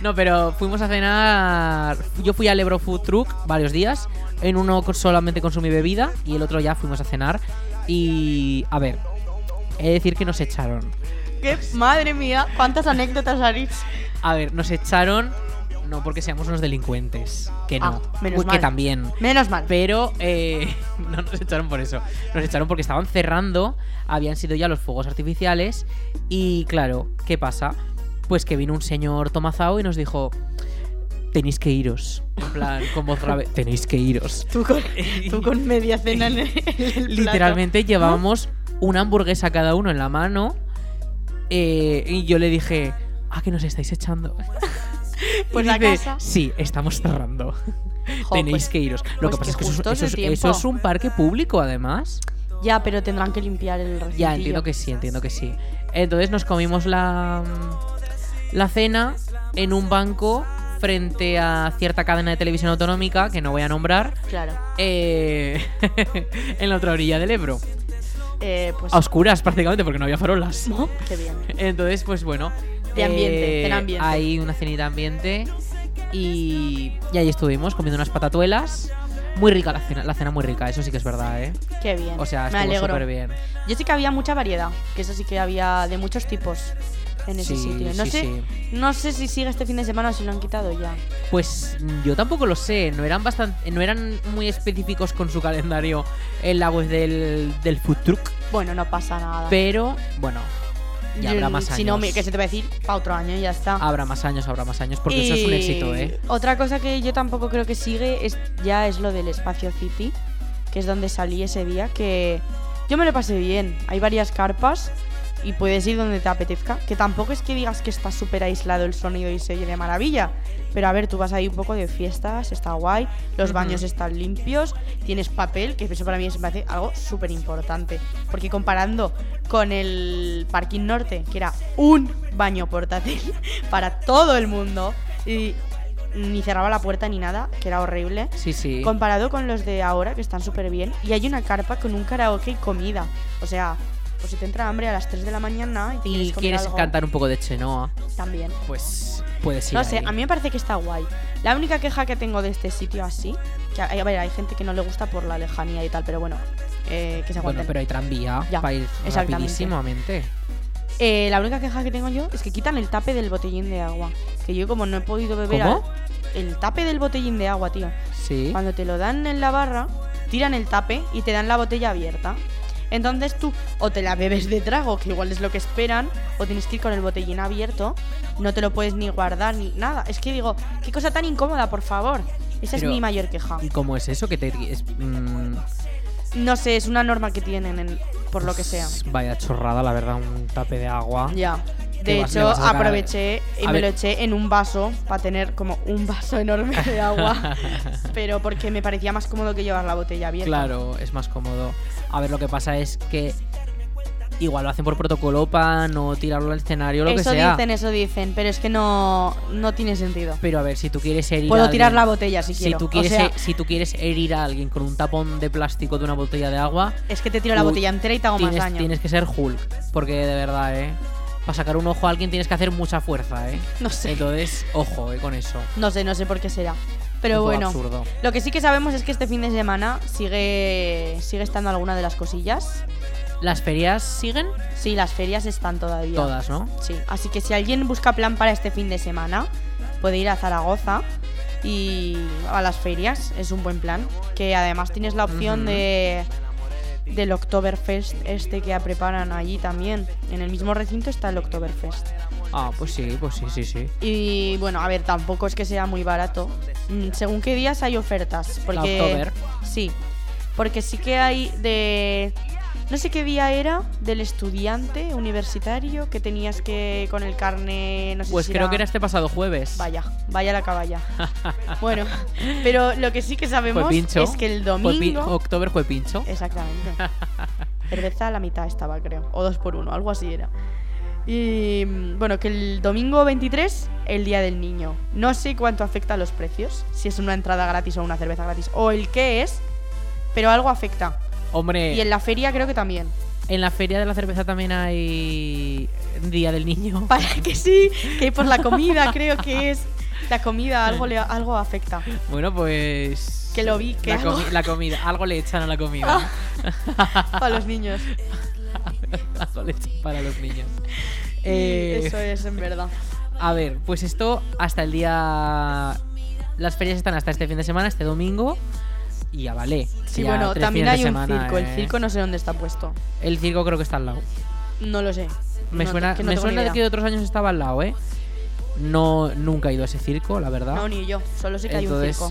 Speaker 2: No, pero fuimos a cenar. Yo fui al Ebro Food Truck varios días. En uno co- solamente consumí bebida y el otro ya fuimos a cenar. Y. A ver. He de decir que nos echaron.
Speaker 3: ¡Qué madre mía! ¿Cuántas anécdotas haréis?
Speaker 2: A ver, nos echaron. No porque seamos unos delincuentes. Que no.
Speaker 3: Ah, menos
Speaker 2: Uy, Que
Speaker 3: mal.
Speaker 2: también.
Speaker 3: Menos mal.
Speaker 2: Pero eh, no nos echaron por eso. Nos echaron porque estaban cerrando, habían sido ya los fuegos artificiales. Y claro, ¿qué pasa? Pues que vino un señor Tomazao y nos dijo: Tenéis que iros. En plan, con voz grave: Tenéis que iros.
Speaker 3: Tú con, tú con media cena en el, en el plato.
Speaker 2: Literalmente llevábamos una hamburguesa cada uno en la mano. eh, y yo le dije: ¿A que nos estáis echando?
Speaker 3: Pues
Speaker 2: Y
Speaker 3: a
Speaker 2: dice,
Speaker 3: casa.
Speaker 2: Sí, estamos cerrando.
Speaker 3: Jo,
Speaker 2: Tenéis
Speaker 3: pues-
Speaker 2: que iros. Lo
Speaker 3: pues
Speaker 2: que pasa
Speaker 3: que
Speaker 2: es que eso es-
Speaker 3: justo es
Speaker 2: eso
Speaker 3: el
Speaker 2: es- eso
Speaker 3: tiempo.
Speaker 2: es un parque público, además.
Speaker 3: Ya, pero tendrán que limpiar el recintillo.
Speaker 2: Ya, entiendo que sí, entiendo que sí. Entonces nos comimos la, la cena en un banco frente a cierta cadena de televisión autonómica, que no voy a nombrar,
Speaker 3: Claro.
Speaker 2: eh, en la otra orilla del Ebro.
Speaker 3: Eh, pues...
Speaker 2: A oscuras prácticamente, porque Ah, no había farolas.
Speaker 3: ¿no? Qué bien.
Speaker 2: Entonces, pues bueno. eh,
Speaker 3: De ambiente, cena ambiente.
Speaker 2: Hay una cenita ambiente y, y ahí estuvimos comiendo unas patatuelas. Muy rica la cena, la cena muy rica, eso sí que es verdad, ¿eh?
Speaker 3: Qué bien.
Speaker 2: O sea,
Speaker 3: me
Speaker 2: estuvo
Speaker 3: alegro.
Speaker 2: súper bien.
Speaker 3: Yo sí que había mucha variedad, que eso sí que había de muchos tipos en ese
Speaker 2: Sí,
Speaker 3: sitio. No
Speaker 2: sí,
Speaker 3: sé,
Speaker 2: sí.
Speaker 3: no sé si sigue este fin de semana o si lo han quitado ya.
Speaker 2: Pues mm, yo tampoco lo sé, no eran bastante, no eran muy específicos con su calendario en la web del, del food truck,
Speaker 3: Bueno, no pasa nada.
Speaker 2: pero bueno, ya
Speaker 3: Yo-
Speaker 2: habrá más
Speaker 3: Si
Speaker 2: años.
Speaker 3: no, me- que se te va a decir para otro año y ya está.
Speaker 2: Habrá más años, habrá más años, porque eso es un
Speaker 3: Ah. Y
Speaker 2: éxito, ¿eh?
Speaker 3: Otra cosa que yo tampoco creo que sigue es ya es lo del espacio City, que es donde salí ese día, que yo me lo pasé bien. Hay varias carpas y puedes ir donde te apetezca. Que tampoco es que digas que está súper aislado el sonido y se oye de maravilla. Pero a ver, tú vas ahí un poco de fiestas, está guay, los
Speaker 2: Ujú.
Speaker 3: baños están limpios, tienes papel, que eso para mí me parece algo súper importante. Porque comparando con el parking norte, que era un baño portátil para todo el mundo, y ni cerraba la puerta ni nada, que era horrible.
Speaker 2: Sí, sí.
Speaker 3: Comparado con los de ahora, que están súper bien, y hay una carpa con un karaoke y comida. O sea, pues si te entra hambre a las 3 de la mañana y te
Speaker 2: Y
Speaker 3: quieres comer
Speaker 2: quieres
Speaker 3: algo,
Speaker 2: cantar un poco de Chenoa,
Speaker 3: también.
Speaker 2: pues puedes ir.
Speaker 3: no sé,
Speaker 2: ahí.
Speaker 3: a mí me parece que está guay. La única queja que tengo de este sitio así, que a, a ver, hay gente que no le gusta por la lejanía y tal, pero bueno, eh, que se
Speaker 2: Bueno,
Speaker 3: aguanten.
Speaker 2: pero hay tranvía
Speaker 3: Ya,
Speaker 2: para ir
Speaker 3: exactamente.
Speaker 2: rapidísimamente.
Speaker 3: Eh, la única queja que tengo yo es que quitan el tape del botellín de agua. Que yo como no he podido beber...
Speaker 2: ¿Cómo?
Speaker 3: al- El tape del botellín de agua, tío.
Speaker 2: Sí.
Speaker 3: Cuando te lo dan en la barra, tiran el tape y te dan la botella abierta. Entonces tú o te la bebes de trago, que igual es lo que esperan, o tienes que ir con el botellín abierto, no te lo puedes ni guardar ni nada. Es que digo, qué cosa tan incómoda, por favor. Esa
Speaker 2: Pero-
Speaker 3: es mi mayor queja.
Speaker 2: ¿Y cómo es eso que te es- mm,
Speaker 3: No sé, es una norma que tienen, en- por lo que sea.
Speaker 2: Vaya chorrada, la verdad, un tape de agua.
Speaker 3: Ya.
Speaker 2: Que
Speaker 3: De
Speaker 2: vas- le
Speaker 3: hecho,
Speaker 2: vas a sacar-
Speaker 3: aproveché y
Speaker 2: A
Speaker 3: me
Speaker 2: ver.
Speaker 3: lo eché en un vaso para tener como un vaso enorme de agua, pero porque me parecía más cómodo que llevar la botella abierta.
Speaker 2: Claro, es más cómodo. A ver, lo que pasa es que igual lo hacen por protocolo para no tirarlo al escenario, lo
Speaker 3: eso
Speaker 2: que sea.
Speaker 3: dicen, eso dicen, pero es que no, no tiene sentido.
Speaker 2: Pero a ver, si tú quieres herir a
Speaker 3: Puedo tirar la
Speaker 2: alguien-
Speaker 3: botella si,
Speaker 2: si
Speaker 3: quiero.
Speaker 2: Tú quieres, e-
Speaker 3: o sea,
Speaker 2: he- si tú quieres herir a alguien con un tapón de plástico de una botella de agua,
Speaker 3: es que te tiro la
Speaker 2: tú
Speaker 3: botella entera y te hago más
Speaker 2: tienes,
Speaker 3: daño.
Speaker 2: tienes que ser Hulk. Porque de verdad, ¿eh? para sacar un ojo a alguien tienes que hacer mucha fuerza, ¿eh?
Speaker 3: No sé.
Speaker 2: Entonces, ojo eh, con eso.
Speaker 3: No sé, no sé por qué será.
Speaker 2: Un
Speaker 3: Pero
Speaker 2: poco
Speaker 3: bueno,
Speaker 2: absurdo.
Speaker 3: lo que sí que sabemos es que este fin de semana sigue, sigue estando alguna de las cosillas.
Speaker 2: ¿Las ferias siguen?
Speaker 3: Sí, las ferias están todavía.
Speaker 2: Todas, ¿no?
Speaker 3: Sí, así que si alguien busca plan para este fin de semana, puede ir a Zaragoza y a las ferias, es un buen plan. Que además tienes la opción
Speaker 2: Ujú.
Speaker 3: de del Oktoberfest este que preparan allí también. En el mismo recinto está el Oktoberfest.
Speaker 2: Ah, pues sí, pues sí, sí, sí.
Speaker 3: Y bueno, a ver, tampoco es que sea muy barato. Mm, Según qué días hay ofertas. Porque,
Speaker 2: Oktober.
Speaker 3: Sí. Porque sí que hay de. No sé qué día era del estudiante universitario que tenías que con el carne. No sé
Speaker 2: Pues
Speaker 3: si
Speaker 2: creo que era este pasado jueves.
Speaker 3: Vaya, vaya la caballa. bueno, pero lo que sí que sabemos
Speaker 2: Fue pincho.
Speaker 3: es que el
Speaker 2: Fue pin-
Speaker 3: domingo. Eh,
Speaker 2: October fue pincho.
Speaker 3: Exactamente. Cerveza a la mitad estaba, creo. O dos por uno, algo así era. Y mm, bueno, que el domingo 23, el Día del Niño. No sé cuánto afecta a los precios, si es una entrada gratis o una cerveza gratis, o el qué es, pero algo afecta.
Speaker 2: Hombre,
Speaker 3: Y en la feria creo que también.
Speaker 2: en la feria de la cerveza también hay Día del Niño.
Speaker 3: Para que sí, que por la comida creo que es. La comida algo, le, algo afecta.
Speaker 2: Bueno, pues.
Speaker 3: Que lo vi, que
Speaker 2: la, comi-
Speaker 3: algo-
Speaker 2: la comida. Algo le echan a la comida.
Speaker 3: Para los niños.
Speaker 2: algo le echan para los niños.
Speaker 3: Y
Speaker 2: Eh,
Speaker 3: Eso es en verdad.
Speaker 2: A ver, pues esto hasta el día. Las ferias están hasta este fin de semana, este domingo. Y ya vale.
Speaker 3: Sí,
Speaker 2: Ya
Speaker 3: bueno,
Speaker 2: tres
Speaker 3: también hay
Speaker 2: fines de
Speaker 3: un
Speaker 2: semana,
Speaker 3: circo.
Speaker 2: eh.
Speaker 3: El circo no sé dónde está puesto.
Speaker 2: El circo creo que está al lado.
Speaker 3: No lo sé.
Speaker 2: Me
Speaker 3: No,
Speaker 2: suena,
Speaker 3: que no
Speaker 2: me
Speaker 3: tengo ni
Speaker 2: suena de
Speaker 3: idea.
Speaker 2: que otros años estaba al lado, ¿eh? No, nunca he ido a ese circo, la verdad.
Speaker 3: No, ni yo. Solo sé que
Speaker 2: Entonces,
Speaker 3: hay un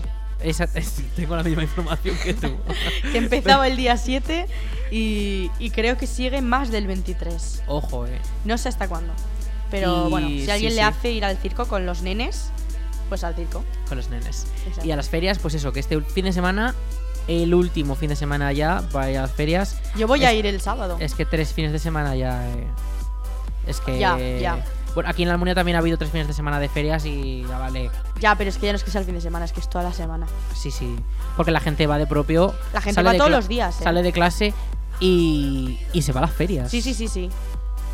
Speaker 2: esa-
Speaker 3: circo.
Speaker 2: tengo la misma información que tú.
Speaker 3: Que empezaba el día 7 y, y creo que sigue más del 23.
Speaker 2: Ojo, eh.
Speaker 3: No sé hasta cuándo. Pero
Speaker 2: Y
Speaker 3: bueno, si
Speaker 2: sí,
Speaker 3: alguien
Speaker 2: sí.
Speaker 3: le hace ir al circo con los nenes, pues al circo.
Speaker 2: Con los nenes.
Speaker 3: Exacto.
Speaker 2: Y a las ferias, pues eso, que este fin de semana, el último fin de semana ya para ir a las ferias.
Speaker 3: Yo voy a
Speaker 2: Es-
Speaker 3: ir el sábado.
Speaker 2: Es que tres fines de semana ya. eh, es que.
Speaker 3: Ya, ya.
Speaker 2: Bueno, aquí en la Almunia también ha habido tres fines de semana de ferias y ya vale.
Speaker 3: Ya, pero es que ya no es que sea el fin de semana, es que es toda la semana.
Speaker 2: Sí, sí. Porque la gente va de propio.
Speaker 3: La gente
Speaker 2: sale
Speaker 3: va
Speaker 2: de
Speaker 3: todos
Speaker 2: cla-
Speaker 3: los días, ¿eh?
Speaker 2: Sale de clase y, y se va a las ferias.
Speaker 3: Sí, sí, sí, sí.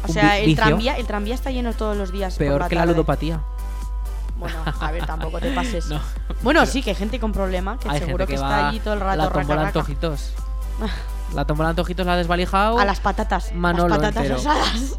Speaker 3: O
Speaker 2: Un
Speaker 3: sea,
Speaker 2: vi-
Speaker 3: el
Speaker 2: vicio.
Speaker 3: tranvía, el tranvía está lleno todos los días. por
Speaker 2: Peor que la
Speaker 3: tarde.
Speaker 2: ludopatía.
Speaker 3: Bueno, a ver, tampoco te pases.
Speaker 2: No.
Speaker 3: Bueno, sí, que hay gente con problema, que
Speaker 2: Hay
Speaker 3: seguro
Speaker 2: gente que,
Speaker 3: que,
Speaker 2: va
Speaker 3: está allí todo el
Speaker 2: a
Speaker 3: rato.
Speaker 2: la
Speaker 3: raca,
Speaker 2: tómbola de
Speaker 3: raca.
Speaker 2: antojitos. La tómbola de antojitos la ha desvalijado.
Speaker 3: A las patatas.
Speaker 2: Oh. Manolo
Speaker 3: las patatas
Speaker 2: entero.
Speaker 3: asadas.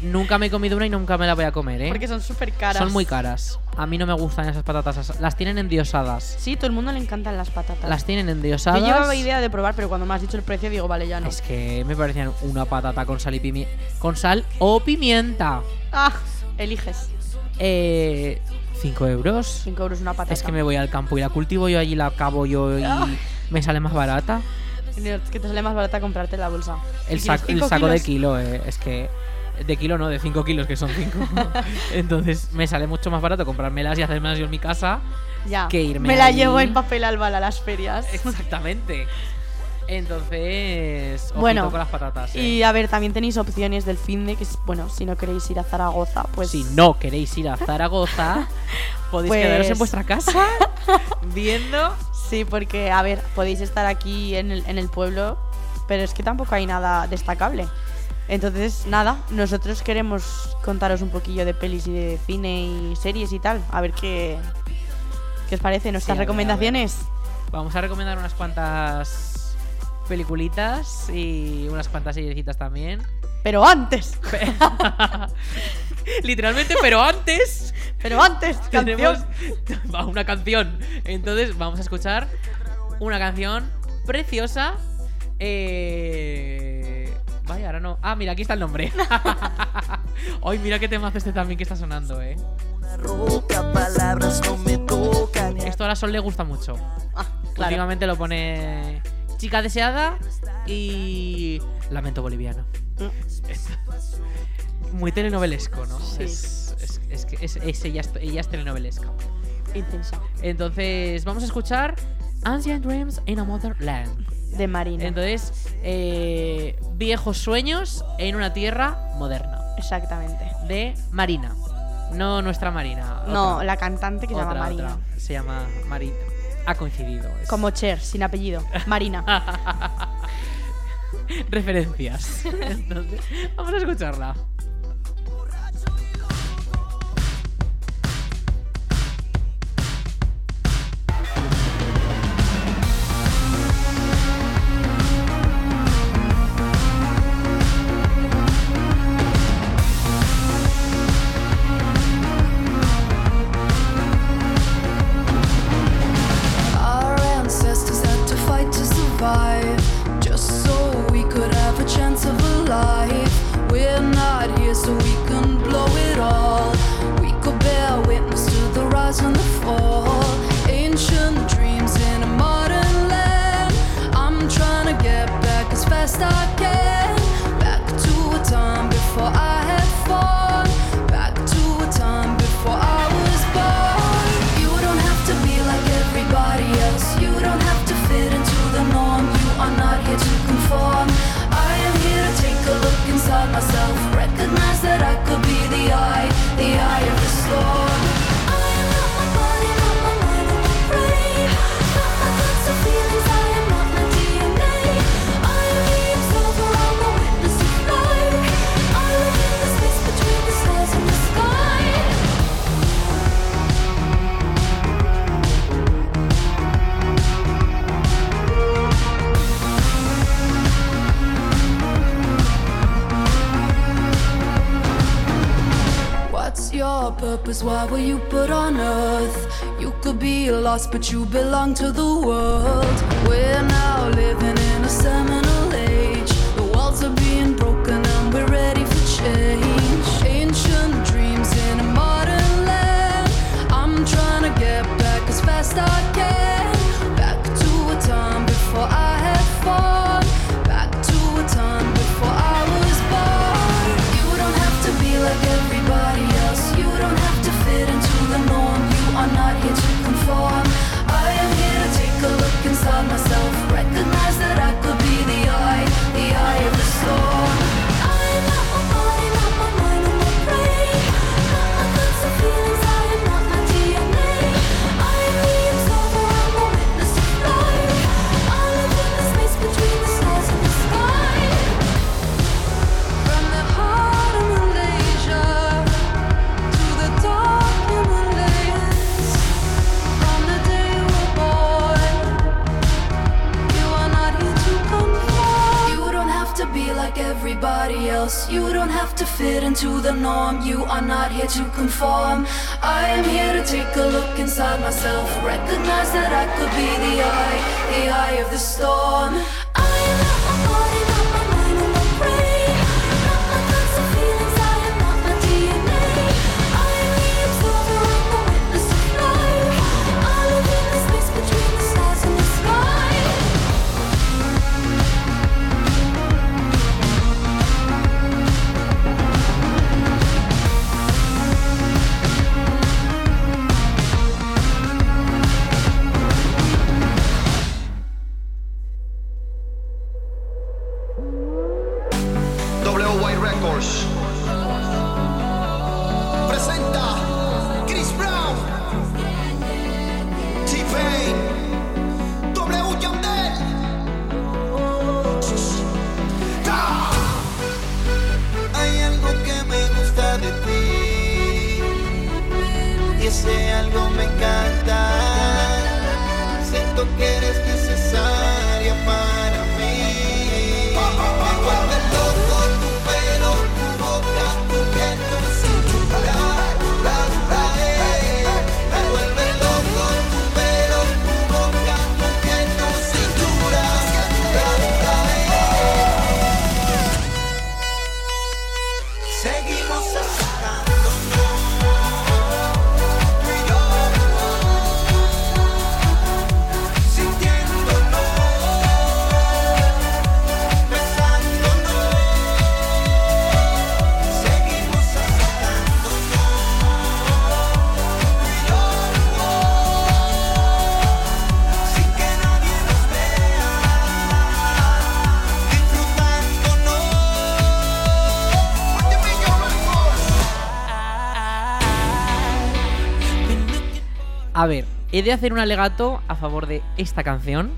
Speaker 2: Nunca me he comido una y nunca me la voy a comer, ¿eh?
Speaker 3: Porque son súper caras.
Speaker 2: Son muy caras. A mí no me gustan esas patatas. asa- Las tienen endiosadas.
Speaker 3: Sí, todo el mundo le encantan las patatas.
Speaker 2: Las tienen endiosadas.
Speaker 3: Yo llevaba idea de probar, pero cuando me has dicho el precio digo, vale, ya no.
Speaker 2: Es que me parecían una patata con sal y pimienta. Con sal o pimienta.
Speaker 3: Ah, eliges.
Speaker 2: Eh. 5 euros.
Speaker 3: 5 euros una patata.
Speaker 2: Es que me voy al campo y la cultivo yo allí, la acabo yo y
Speaker 3: Ah.
Speaker 2: me sale más barata.
Speaker 3: Es que te sale más barata comprarte la bolsa.
Speaker 2: El,
Speaker 3: Y
Speaker 2: sac-
Speaker 3: tienes
Speaker 2: el
Speaker 3: cinco
Speaker 2: saco de
Speaker 3: kilos.
Speaker 2: kilo, eh, es que. De kilo no, de 5 kilos, que son 5. Entonces me sale mucho más barato comprármelas y hacérmelas yo en mi casa.
Speaker 3: Ya.
Speaker 2: que irme
Speaker 3: me la
Speaker 2: ahí.
Speaker 3: llevo en papel albal a las ferias.
Speaker 2: Exactamente. Entonces. ojito
Speaker 3: Bueno,
Speaker 2: con las patatas. eh.
Speaker 3: Y a ver, también tenéis opciones del fin de que, es- bueno, si no queréis ir a Zaragoza, pues.
Speaker 2: Si no queréis ir a Zaragoza, podéis
Speaker 3: Pues-
Speaker 2: quedaros en vuestra casa viendo.
Speaker 3: Sí, porque, a ver, podéis estar aquí en el, en el pueblo, pero es que tampoco hay nada destacable. Entonces, nada, nosotros queremos contaros un poquillo de pelis y de cine y series y tal. A ver qué, qué os parece,
Speaker 2: Sí, a ver,
Speaker 3: nuestras
Speaker 2: a ver.
Speaker 3: recomendaciones.
Speaker 2: Vamos a recomendar unas cuantas peliculitas y unas cuantas seriecitas también.
Speaker 3: Pero antes,
Speaker 2: Literalmente, pero antes.
Speaker 3: pero antes,
Speaker 2: tenemos
Speaker 3: canción.
Speaker 2: va, una canción. Entonces vamos a escuchar una canción preciosa. Eh... Vaya, ahora no. Ah, mira, aquí está el nombre. Ay, mira qué tema este también que está sonando, eh.
Speaker 7: roca, palabras no me tocan.
Speaker 2: Esto a la Sol le gusta mucho.
Speaker 3: Ah, claro.
Speaker 2: Últimamente lo pone Chica Deseada y Lamento Boliviano. Muy telenovelesco, ¿no?
Speaker 3: Mm. Sí.
Speaker 2: Es, es- es que es- es- ella, es- ella es telenovelesca.
Speaker 3: Intensa.
Speaker 2: Entonces, vamos a escuchar Ancient Dreams in a Mother Land.
Speaker 3: De Marina.
Speaker 2: Entonces, eh, Viejos sueños en una tierra moderna.
Speaker 3: Exactamente.
Speaker 2: De Marina. No nuestra Marina.
Speaker 3: No,
Speaker 2: otra.
Speaker 3: la cantante que se llama
Speaker 2: Otra,
Speaker 3: Marina.
Speaker 2: otra. Se llama Marina. Ha coincidido. es-
Speaker 3: Como Cher, sin apellido. Marina.
Speaker 2: Ah. Referencias. Entonces, vamos a escucharla.
Speaker 8: purpose why were you put on earth you could be lost but you belong to the world we're now living in a seminal age the walls are being broken and we're ready for change ancient dreams in a modern land i'm trying to get back as fast i can back to a time before i had fun back to a time before i was born you don't have to be like everybody else you don't have to fit into the norm you are not here to conform i am here to take a look inside myself recognize that i could be the eye the eye of the storm I am not my body, not my mind, not my brain. Not my thoughts and feelings, I am not my DNA. I am the observer, I'm a witness to life. I live in the space between the stars and the sky. From the heart of Malaysia to the dark Himalayas. From the day you were born you are not here to conform. You don't have to be like everybody else. You don't have to fit into the norm. You are not here to conform. I am here to take a look inside myself. Recognize that I could be the eye, the eye of the storm. I am not my body, not my mind, not my brain. Not my thoughts and feelings. I am not my DNA. I am the observer, I'm the witness of life. I live in the space between the stars and the sky.
Speaker 1: WY Records presenta Chris Brown, T-Pain, W Yandel. ¡Ah!
Speaker 5: Hay algo que me gusta de ti Y ese algo me encanta Siento que eres necesaria para mí Me vuelve loco tu pelo, tu boca, tu piel, tu cintura la, la, eh. Me vuelve loco tu pelo, tu boca, tu piel, tu cintura la, la, eh. Seguimos acercándonos, tú y yo, sintiéndonos, besándonos. Seguimos acercándonos, tú y yo, sin que nadie nos vea, disfrutándonos.
Speaker 2: A ver, he de hacer un alegato a favor de esta canción.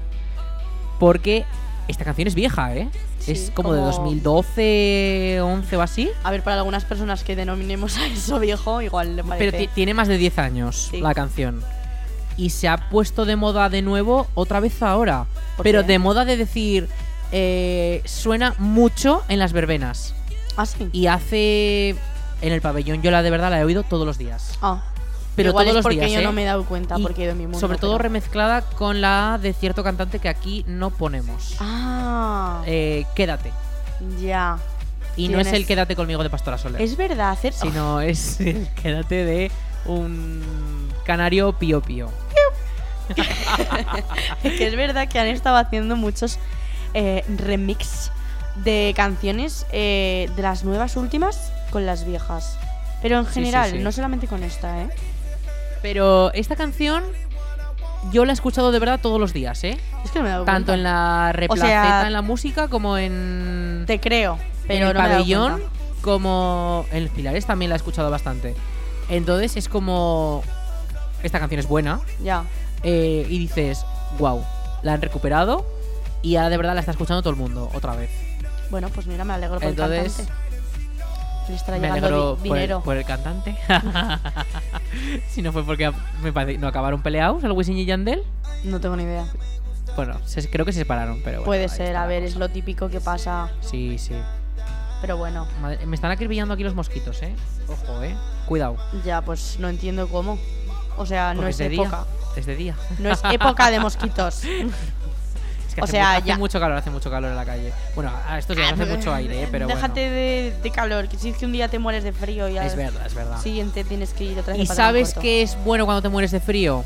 Speaker 2: Porque esta canción es vieja, ¿eh?
Speaker 3: Sí,
Speaker 2: es como, de
Speaker 3: como-
Speaker 2: 2012, 11 o así.
Speaker 3: A ver, para algunas personas que denominemos a eso viejo, igual le parece.
Speaker 2: Pero ti- tiene más de 10 años
Speaker 3: Sí.
Speaker 2: la canción. Y se ha puesto de moda de nuevo otra vez ahora.
Speaker 3: ¿Por
Speaker 2: Pero
Speaker 3: qué?
Speaker 2: de moda de decir, eh, suena mucho en las verbenas.
Speaker 3: Ah, sí.
Speaker 2: Y hace... En el pabellón yo la de verdad la he oído todos los días.
Speaker 3: Ah.
Speaker 2: Pero
Speaker 3: igual
Speaker 2: todos
Speaker 3: es
Speaker 2: los
Speaker 3: porque
Speaker 2: días,
Speaker 3: yo
Speaker 2: ¿eh?
Speaker 3: no me he dado cuenta,
Speaker 2: Y
Speaker 3: porque he ido en mi mundo.
Speaker 2: sobre todo
Speaker 3: pero-
Speaker 2: remezclada con la de cierto cantante que aquí no ponemos.
Speaker 3: Ah,
Speaker 2: Eh, quédate.
Speaker 3: ya.
Speaker 2: Y no es
Speaker 3: Tienes-
Speaker 2: el quédate conmigo de Pastora Soler.
Speaker 3: Es verdad, hacer.
Speaker 2: Sino es el quédate de un canario pío pío.
Speaker 3: que es verdad que han estado haciendo muchos eh, remix de canciones eh, de las nuevas últimas con las viejas. Pero en
Speaker 2: sí,
Speaker 3: general,
Speaker 2: sí.
Speaker 3: no solamente con esta, ¿eh?
Speaker 2: Pero esta canción yo la he escuchado de verdad todos los días, ¿eh?
Speaker 3: Es que no me he dado
Speaker 2: Tanto
Speaker 3: cuenta.
Speaker 2: en la replaceta,
Speaker 3: sea,
Speaker 2: en la música, como en,
Speaker 3: Te creo,
Speaker 2: en el
Speaker 3: pero no me he dado
Speaker 2: pabellón,
Speaker 3: cuenta.
Speaker 2: como en los pilares también la he escuchado bastante. Entonces es como... Esta canción es buena,
Speaker 3: Ya.
Speaker 2: eh, y dices, wow, la han recuperado y ahora de verdad la está escuchando todo el mundo otra vez.
Speaker 3: Bueno, pues mira, me alegro por
Speaker 2: Entonces,
Speaker 3: el cantante. Le estará
Speaker 2: Me
Speaker 3: llegando
Speaker 2: alegro
Speaker 3: di-
Speaker 2: por el,
Speaker 3: dinero.
Speaker 2: por el cantante. si no fue porque me parece- no acabaron peleados el Wisin y Yandel.
Speaker 3: No tengo ni idea.
Speaker 2: Bueno, se- creo que se separaron, pero bueno.
Speaker 3: Puede
Speaker 2: ahí
Speaker 3: ser,
Speaker 2: está
Speaker 3: a
Speaker 2: la
Speaker 3: ver, es
Speaker 2: cosa.
Speaker 3: lo típico que pasa.
Speaker 2: Sí, sí.
Speaker 3: Pero bueno,
Speaker 2: Madre- me están acribillando aquí los mosquitos, ¿eh? Ojo, ¿eh? Cuidado.
Speaker 3: ya pues no entiendo cómo. O sea, Ah, no
Speaker 2: porque
Speaker 3: es
Speaker 2: de
Speaker 3: época.
Speaker 2: día. Es de día.
Speaker 3: No es época de mosquitos.
Speaker 2: Es que
Speaker 3: O
Speaker 2: hace
Speaker 3: sea,
Speaker 2: mu- hace
Speaker 3: ya. Ah,
Speaker 2: mucho calor, hace mucho calor en la calle. Bueno, a estos días hace mucho aire, ¿eh? pero
Speaker 3: Déjate de, de calor, que si es que un día te mueres de frío y
Speaker 2: bueno.
Speaker 3: al
Speaker 2: Es verdad, es verdad.
Speaker 3: siguiente tienes que ir otra vez.
Speaker 2: ¿Y
Speaker 3: a patear un
Speaker 2: sabes
Speaker 3: corto.
Speaker 2: qué es bueno cuando te mueres de frío?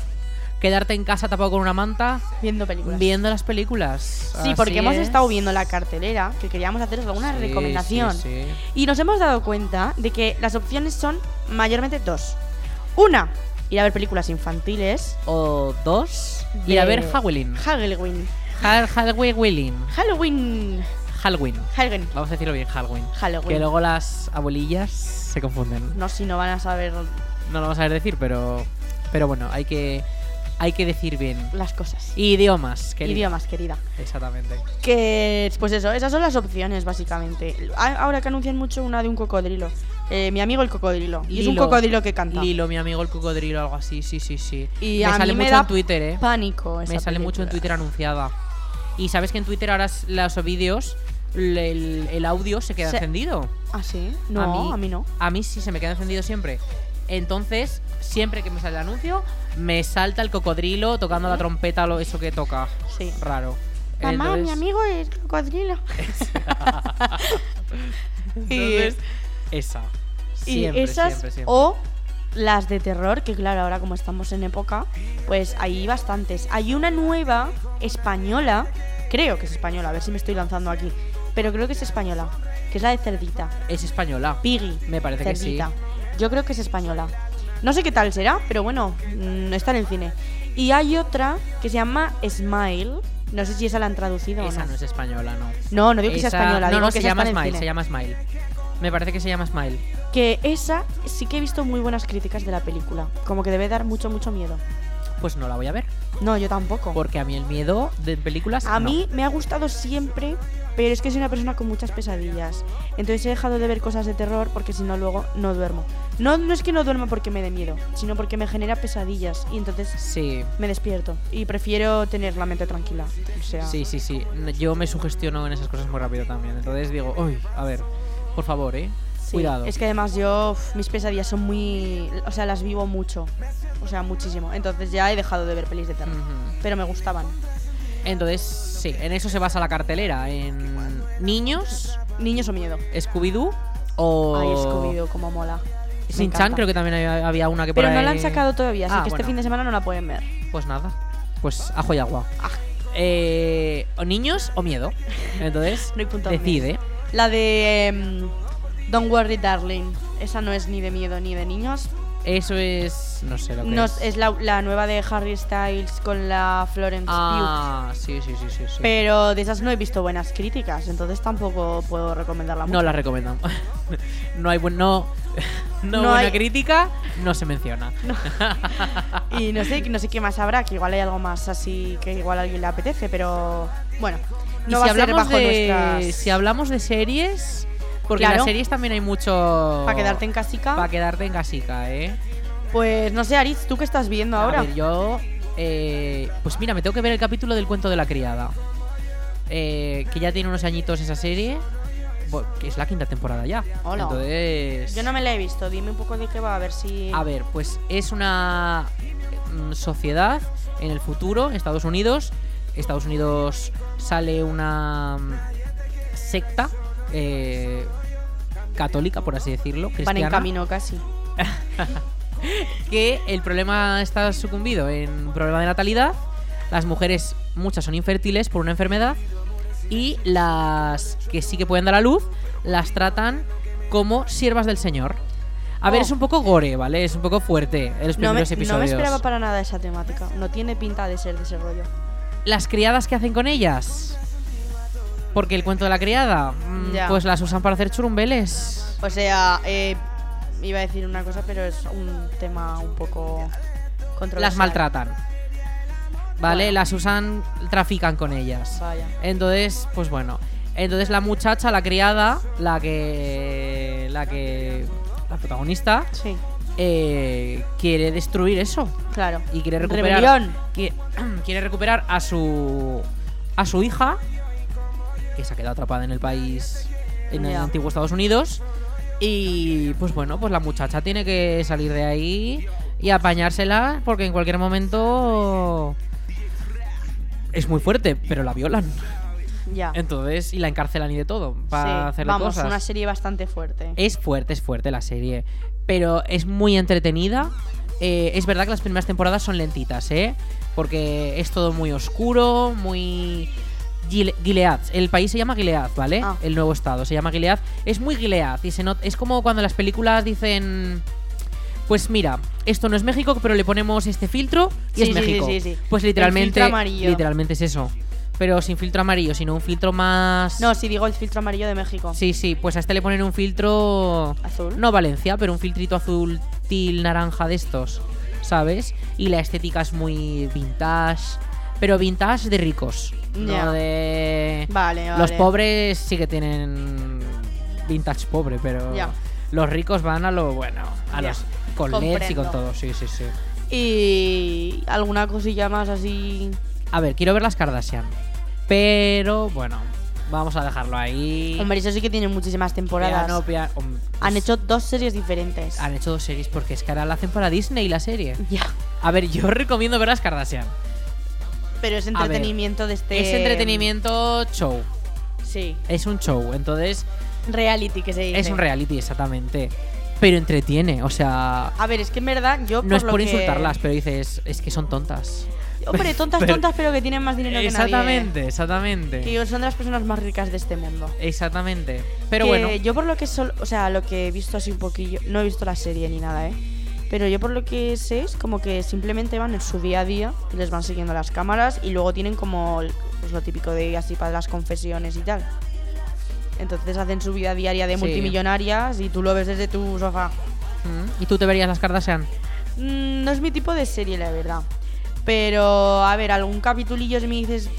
Speaker 2: Quedarte en casa tapado con una manta,
Speaker 3: Viendo películas.
Speaker 2: viendo las películas.
Speaker 3: Sí, porque
Speaker 2: Así
Speaker 3: hemos
Speaker 2: es.
Speaker 3: estado viendo la cartelera, que queríamos haceros alguna
Speaker 2: Sí,
Speaker 3: recomendación.
Speaker 2: sí, sí.
Speaker 3: Y nos hemos dado cuenta de que las opciones son mayormente dos. Una, ir a ver películas infantiles.
Speaker 2: O dos. Ir a
Speaker 3: de
Speaker 2: ver Halloween.
Speaker 3: Halloween.
Speaker 2: Ha- Halloween.
Speaker 3: Halloween.
Speaker 2: Halloween.
Speaker 3: Halloween.
Speaker 2: Vamos a decirlo bien, Halloween.
Speaker 3: Halloween.
Speaker 2: Que luego las abuelillas se confunden.
Speaker 3: No, si no van a saber
Speaker 2: No lo vamos a saber decir, pero. Pero bueno, hay que. Hay que decir bien.
Speaker 3: las cosas.
Speaker 2: Idiomas, querida.
Speaker 3: Idiomas, querida.
Speaker 2: Exactamente.
Speaker 3: Que, pues eso, esas son las opciones, básicamente. A- Ahora que anuncian mucho una de un cocodrilo. Eh, mi amigo el cocodrilo. Y es un
Speaker 2: Lilo.
Speaker 3: cocodrilo que canta.
Speaker 2: Lilo, mi amigo el cocodrilo, algo así, sí, sí, sí.
Speaker 3: Y
Speaker 2: me
Speaker 3: a
Speaker 2: sale
Speaker 3: mí me
Speaker 2: mucho
Speaker 3: da
Speaker 2: en Twitter, eh.
Speaker 3: Pánico.
Speaker 2: Me
Speaker 3: esa
Speaker 2: sale mucho en
Speaker 3: película.
Speaker 2: Twitter anunciada. Y sabes que en Twitter ahora s- los vídeos, l- el, el audio se queda
Speaker 3: Se-
Speaker 2: encendido.
Speaker 3: ¿Ah, sí? No, a mí, no.
Speaker 2: A mí sí se me queda encendido siempre. Entonces, siempre que me sale el anuncio, me salta el cocodrilo tocando la trompeta o lo- eso que toca.
Speaker 3: Sí.
Speaker 2: Raro.
Speaker 3: Mamá, mi
Speaker 2: Entonces-
Speaker 3: amigo es cocodrilo.
Speaker 2: Entonces, esa. Siempre,
Speaker 3: y esas
Speaker 2: siempre, siempre.
Speaker 3: o las de terror, que claro, ahora como estamos en época, pues hay bastantes. Hay una nueva española, creo que es española, a ver si me estoy lanzando aquí, pero creo que es española, que es la de Cerdita,
Speaker 2: Es española.
Speaker 3: Piggy.
Speaker 2: Me parece que sí.
Speaker 3: Cerdita. Yo creo que es española. No sé qué tal será, pero bueno, mm, está en el cine. Y hay otra que se llama Smile. No sé si esa la han traducido o
Speaker 2: Esa
Speaker 3: no.
Speaker 2: no es española, no.
Speaker 3: No, no digo que sea
Speaker 2: Esa-
Speaker 3: española,
Speaker 2: no,
Speaker 3: digo
Speaker 2: no,
Speaker 3: que
Speaker 2: se
Speaker 3: esa
Speaker 2: llama
Speaker 3: está en el
Speaker 2: Smile,
Speaker 3: cine.
Speaker 2: se llama Smile. Me parece que se llama Smile.
Speaker 3: Que esa sí que he visto muy buenas críticas de la película. Como que debe dar mucho, mucho miedo.
Speaker 2: Pues no la voy a ver.
Speaker 3: No, yo tampoco.
Speaker 2: Porque a mí el miedo de películas.
Speaker 3: a
Speaker 2: no.
Speaker 3: mí me ha gustado siempre, pero es que soy una persona con muchas pesadillas. Entonces he dejado de ver cosas de terror porque si no luego no duermo. No, no es que no duerma porque me dé miedo, sino porque me genera pesadillas y entonces
Speaker 2: Sí,
Speaker 3: me despierto. Y prefiero tener la mente tranquila. O sea,
Speaker 2: sí, sí, sí. N- Yo me sugestiono en esas cosas muy rápido también. Entonces digo, uy, a ver, por favor, eh.
Speaker 3: sí.
Speaker 2: Cuidado.
Speaker 3: Es que además yo, uf, mis pesadillas son muy... O sea, las vivo mucho. O sea, muchísimo. Entonces ya he dejado de ver pelis de terror.
Speaker 2: Ujú.
Speaker 3: Pero me gustaban.
Speaker 2: Entonces, sí, en eso se basa la cartelera. En niños,
Speaker 3: Niños o miedo.
Speaker 2: Scooby-Doo o.
Speaker 3: Ay, Scooby-Doo, como mola. Me
Speaker 2: Sin-Chan,
Speaker 3: encanta.
Speaker 2: Oh. creo que también había- había una que por
Speaker 3: Pero no la
Speaker 2: ahí-
Speaker 3: han sacado todavía, así
Speaker 2: Ah,
Speaker 3: que este
Speaker 2: bueno.
Speaker 3: fin de semana no la pueden ver.
Speaker 2: Pues nada. Pues ajo y agua.
Speaker 3: Ah.
Speaker 2: Eh, o niños o miedo. Entonces,
Speaker 3: No hay punto medio.
Speaker 2: decide.
Speaker 3: La de em, Don't Worry Darling. Esa no es ni de miedo ni de niños.
Speaker 2: Eso es. No sé lo que
Speaker 3: No,
Speaker 2: es.
Speaker 3: es la, la nueva de Harry Styles con la Florence Pugh.
Speaker 2: Ah, sí, sí, sí, sí. sí.
Speaker 3: Pero de esas no he visto buenas críticas, entonces tampoco puedo recomendarla mucho.
Speaker 2: No la recomendamos. no hay buen, no, no,
Speaker 3: No
Speaker 2: buena
Speaker 3: hay-
Speaker 2: crítica, no se menciona.
Speaker 3: Y no sé, no sé qué más habrá, que igual hay algo más así que igual a alguien le apetece, pero bueno.
Speaker 2: Y
Speaker 3: No va a ser bajo
Speaker 2: de,
Speaker 3: nuestras...
Speaker 2: si hablamos de series, porque en
Speaker 3: Claro.
Speaker 2: las series también hay mucho
Speaker 3: Para quedarte en casica.
Speaker 2: para quedarte en casica, ¿eh?
Speaker 3: Pues no sé, Aritz, ¿tú qué estás viendo ahora?
Speaker 2: A ver, yo eh, pues mira, me tengo que ver el capítulo del cuento de la criada. Eh, que ya tiene unos añitos esa serie, bo- que es la quinta temporada ya.
Speaker 3: Hola.
Speaker 2: Entonces
Speaker 3: Yo no me la he visto, dime un poco de qué va, a ver si...
Speaker 2: A ver, pues es una mm, sociedad en el futuro, en Estados Unidos. Estados Unidos sale una mm, secta eh, católica, por así decirlo,
Speaker 3: Van en
Speaker 2: cristiana,
Speaker 3: camino casi.
Speaker 2: que el problema está sucumbido en un problema de natalidad. Las mujeres, muchas son infértiles por una enfermedad y las que sí que pueden dar a luz las tratan como siervas del Señor. A ver,
Speaker 3: Oh.
Speaker 2: es un poco gore, ¿vale? Es un poco fuerte en los
Speaker 3: No me,
Speaker 2: primeros episodios.
Speaker 3: no me esperaba para nada esa temática. No tiene pinta de ser de ese rollo.
Speaker 2: las criadas que hacen con ellas. Porque el cuento de la criada, mm,
Speaker 3: Ya.
Speaker 2: pues las usan para hacer churumbeles.
Speaker 3: O sea, eh, iba a decir una cosa, pero es un tema un poco controversial.
Speaker 2: Las maltratan. ¿Vale?
Speaker 3: Bueno.
Speaker 2: Las usan, trafican con ellas.
Speaker 3: Vaya.
Speaker 2: Entonces, pues bueno. Entonces la muchacha, la criada, la que. La que. La protagonista,
Speaker 3: Sí,
Speaker 2: eh, quiere destruir eso.
Speaker 3: claro.
Speaker 2: Y quiere recuperar.
Speaker 3: Rebelión.
Speaker 2: que quiere recuperar a su a su hija que se ha quedado atrapada en el país en el
Speaker 3: Ya.
Speaker 2: antiguo Estados Unidos. Y pues bueno, pues la muchacha tiene que salir de ahí y apañársela porque en cualquier momento es muy fuerte, pero la violan.
Speaker 3: Ya.
Speaker 2: Entonces, y la encarcelan y de todo para
Speaker 3: Sí.
Speaker 2: hacerle
Speaker 3: Vamos,
Speaker 2: cosas. Eh,
Speaker 3: una serie bastante fuerte.
Speaker 2: Es fuerte, es fuerte la serie. Pero es muy entretenida. Eh, es verdad que las primeras temporadas son lentitas, ¿eh? Porque es todo muy oscuro, muy. Gile- Gilead. El país se llama Gilead, ¿vale?
Speaker 3: Ah.
Speaker 2: El nuevo estado se llama Gilead. Es muy Gilead y se not- es como cuando las películas dicen. Pues mira, esto no es México, pero le ponemos este filtro y
Speaker 3: Sí,
Speaker 2: es
Speaker 3: sí, sí,
Speaker 2: México.
Speaker 3: sí, sí.
Speaker 2: Pues
Speaker 3: El
Speaker 2: literalmente.
Speaker 3: filtro amarillo.
Speaker 2: Literalmente es eso. Pero sin filtro amarillo, sino un filtro más.
Speaker 3: No, si digo el filtro amarillo de México.
Speaker 2: Sí, sí, pues a este le ponen un filtro.
Speaker 3: Azul.
Speaker 2: No Valencia, pero un filtrito azul, til, naranja de estos, ¿sabes? Y la estética es muy vintage. Pero vintage de ricos.
Speaker 3: Ya.
Speaker 2: No de.
Speaker 3: Vale, vale.
Speaker 2: Los pobres sí que tienen vintage pobre, pero.
Speaker 3: Ya.
Speaker 2: Los ricos van a lo bueno. A
Speaker 3: Ya.
Speaker 2: los. Con LEDs y
Speaker 3: Comprendo.
Speaker 2: con todo, sí, sí, sí.
Speaker 3: Y alguna cosilla más así.
Speaker 2: A ver, quiero ver las Kardashian. Pero bueno, vamos a dejarlo ahí.
Speaker 3: Hombre, eso sí que tienen muchísimas temporadas.
Speaker 2: Piano, piano, hom- pues
Speaker 3: Han hecho dos series diferentes.
Speaker 2: Han hecho dos series porque es que ahora la hacen para Disney la serie.
Speaker 3: Ya.
Speaker 2: A ver, yo recomiendo ver las Kardashian.
Speaker 3: Pero es
Speaker 2: ver,
Speaker 3: entretenimiento de este.
Speaker 2: Es entretenimiento show.
Speaker 3: Sí.
Speaker 2: Es un show. Entonces,
Speaker 3: Reality que se dice.
Speaker 2: es un reality, exactamente. Pero entretiene. O sea,
Speaker 3: A ver, es que en verdad yo.
Speaker 2: no es
Speaker 3: lo
Speaker 2: por
Speaker 3: que-
Speaker 2: insultarlas, pero dices, es que son tontas.
Speaker 3: Hombre, tontas,
Speaker 2: Pero-
Speaker 3: tontas, pero que tienen más dinero que
Speaker 2: exactamente,
Speaker 3: nadie.
Speaker 2: exactamente.
Speaker 3: Que son de las personas más ricas de este mundo.
Speaker 2: Exactamente. Pero
Speaker 3: Que
Speaker 2: bueno,
Speaker 3: Yo por lo que solo, o sea, lo que he visto así un poquillo, no he visto la serie ni nada, ¿eh? Pero yo por lo que sé es como que simplemente van en su día a día, y les van siguiendo las cámaras y luego tienen como pues, lo típico de así para las confesiones y tal. Entonces hacen su vida diaria de
Speaker 2: Sí.
Speaker 3: multimillonarias y tú lo ves desde tu sofá.
Speaker 2: mm, ¿y tú te verías las Kardashian?
Speaker 3: Mm, no es mi tipo de serie, la verdad. Pero, a ver, algún capitulillo si me dices,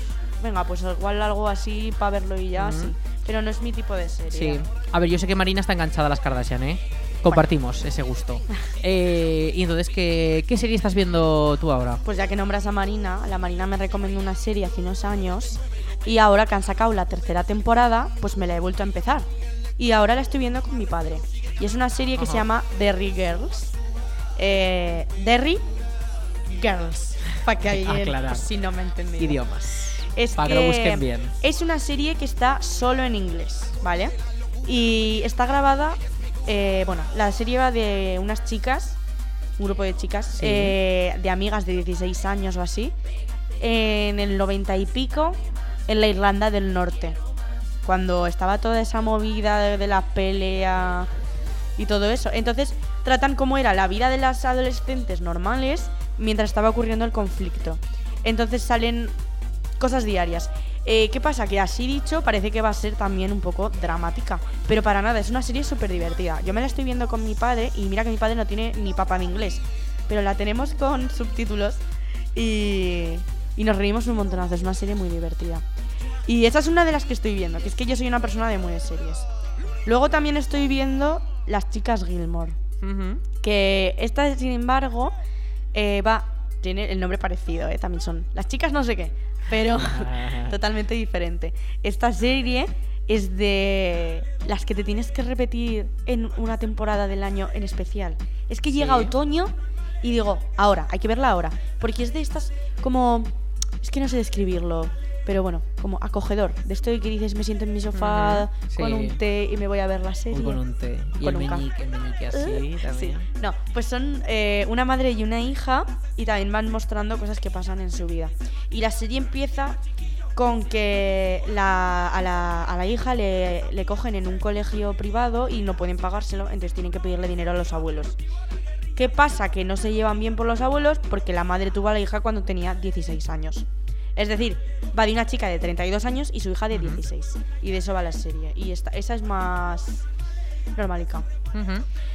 Speaker 3: venga, pues igual algo así para verlo y ya,
Speaker 2: Ujú.
Speaker 3: sí. Pero no es mi tipo de serie.
Speaker 2: Sí.
Speaker 3: la
Speaker 2: A ver, yo sé que Marina está enganchada a las Kardashian, ¿eh? Compartimos ese gusto. Eh, y entonces, ¿qué, ¿qué serie estás viendo tú ahora?
Speaker 3: Pues ya que nombras a Marina, la Marina me recomendó una serie hace unos años y ahora que han sacado la tercera temporada, pues me la he vuelto a empezar. Y ahora la estoy viendo con mi padre. Y es una serie que se
Speaker 2: Ajá.
Speaker 3: llama Derry Girls. Eh, Derry Girls. Para que alguien,
Speaker 2: Aclarar.
Speaker 3: por si no me entendí.
Speaker 2: Idiomas.
Speaker 3: Es
Speaker 2: Para que lo busquen bien.
Speaker 3: Es una serie que está solo en inglés, ¿vale? Y está grabada, eh, bueno, la serie va de unas chicas, un grupo de chicas,
Speaker 2: Sí.
Speaker 3: eh, de amigas de 16 años o así, en el 90 y pico, en la Irlanda del Norte, cuando estaba toda esa movida de, de la pelea y todo eso. Entonces tratan cómo era la vida de las adolescentes normales mientras estaba ocurriendo el conflicto. Entonces salen cosas diarias. Eh, ¿Qué pasa? Que así dicho parece que va a ser también un poco dramática. Pero para nada, es una serie súper divertida. Yo me la estoy viendo con mi padre y mira que mi padre no tiene ni papá de inglés. Pero la tenemos con subtítulos y, y nos reímos un montonazo. Es una serie muy divertida. Y esa es una de las que estoy viendo, que es que yo soy una persona de muy de series. Luego también estoy viendo Las chicas Gilmore.
Speaker 2: Ujú.
Speaker 3: Que esta, sin embargo, eh, va. Tiene el nombre parecido, eh, también son. Las chicas no sé qué. Pero
Speaker 2: Ah.
Speaker 3: totalmente diferente. Esta serie es de las que te tienes que repetir en una temporada del año en especial. Es que llega
Speaker 2: Sí.
Speaker 3: otoño y digo, ahora, hay que verla ahora. Porque es de estas como... Es que no sé describirlo, pero bueno, como acogedor. De esto de que dices, me siento en mi sofá
Speaker 2: Ujú,
Speaker 3: con
Speaker 2: sí.
Speaker 3: un té y me voy a ver la serie.
Speaker 2: Uy, con un té. Y
Speaker 3: Con
Speaker 2: el
Speaker 3: un ca-
Speaker 2: meñique, el meñique así
Speaker 3: Eh, sí.
Speaker 2: también.
Speaker 3: No, pues son eh, una madre y una hija y también van mostrando cosas que pasan en su vida. Y la serie empieza con que la- a, la, a la hija le, le cogen en un colegio privado y no pueden pagárselo, entonces tienen que pedirle dinero a los abuelos. ¿Qué pasa? Que no se llevan bien por los abuelos porque la madre tuvo a la hija cuando tenía 16 años. Es decir, va de una chica de 32 años y su hija de
Speaker 2: Ujú.
Speaker 3: 16. Y de eso va la serie. Y esta, esa es más normalica.
Speaker 2: Ujú.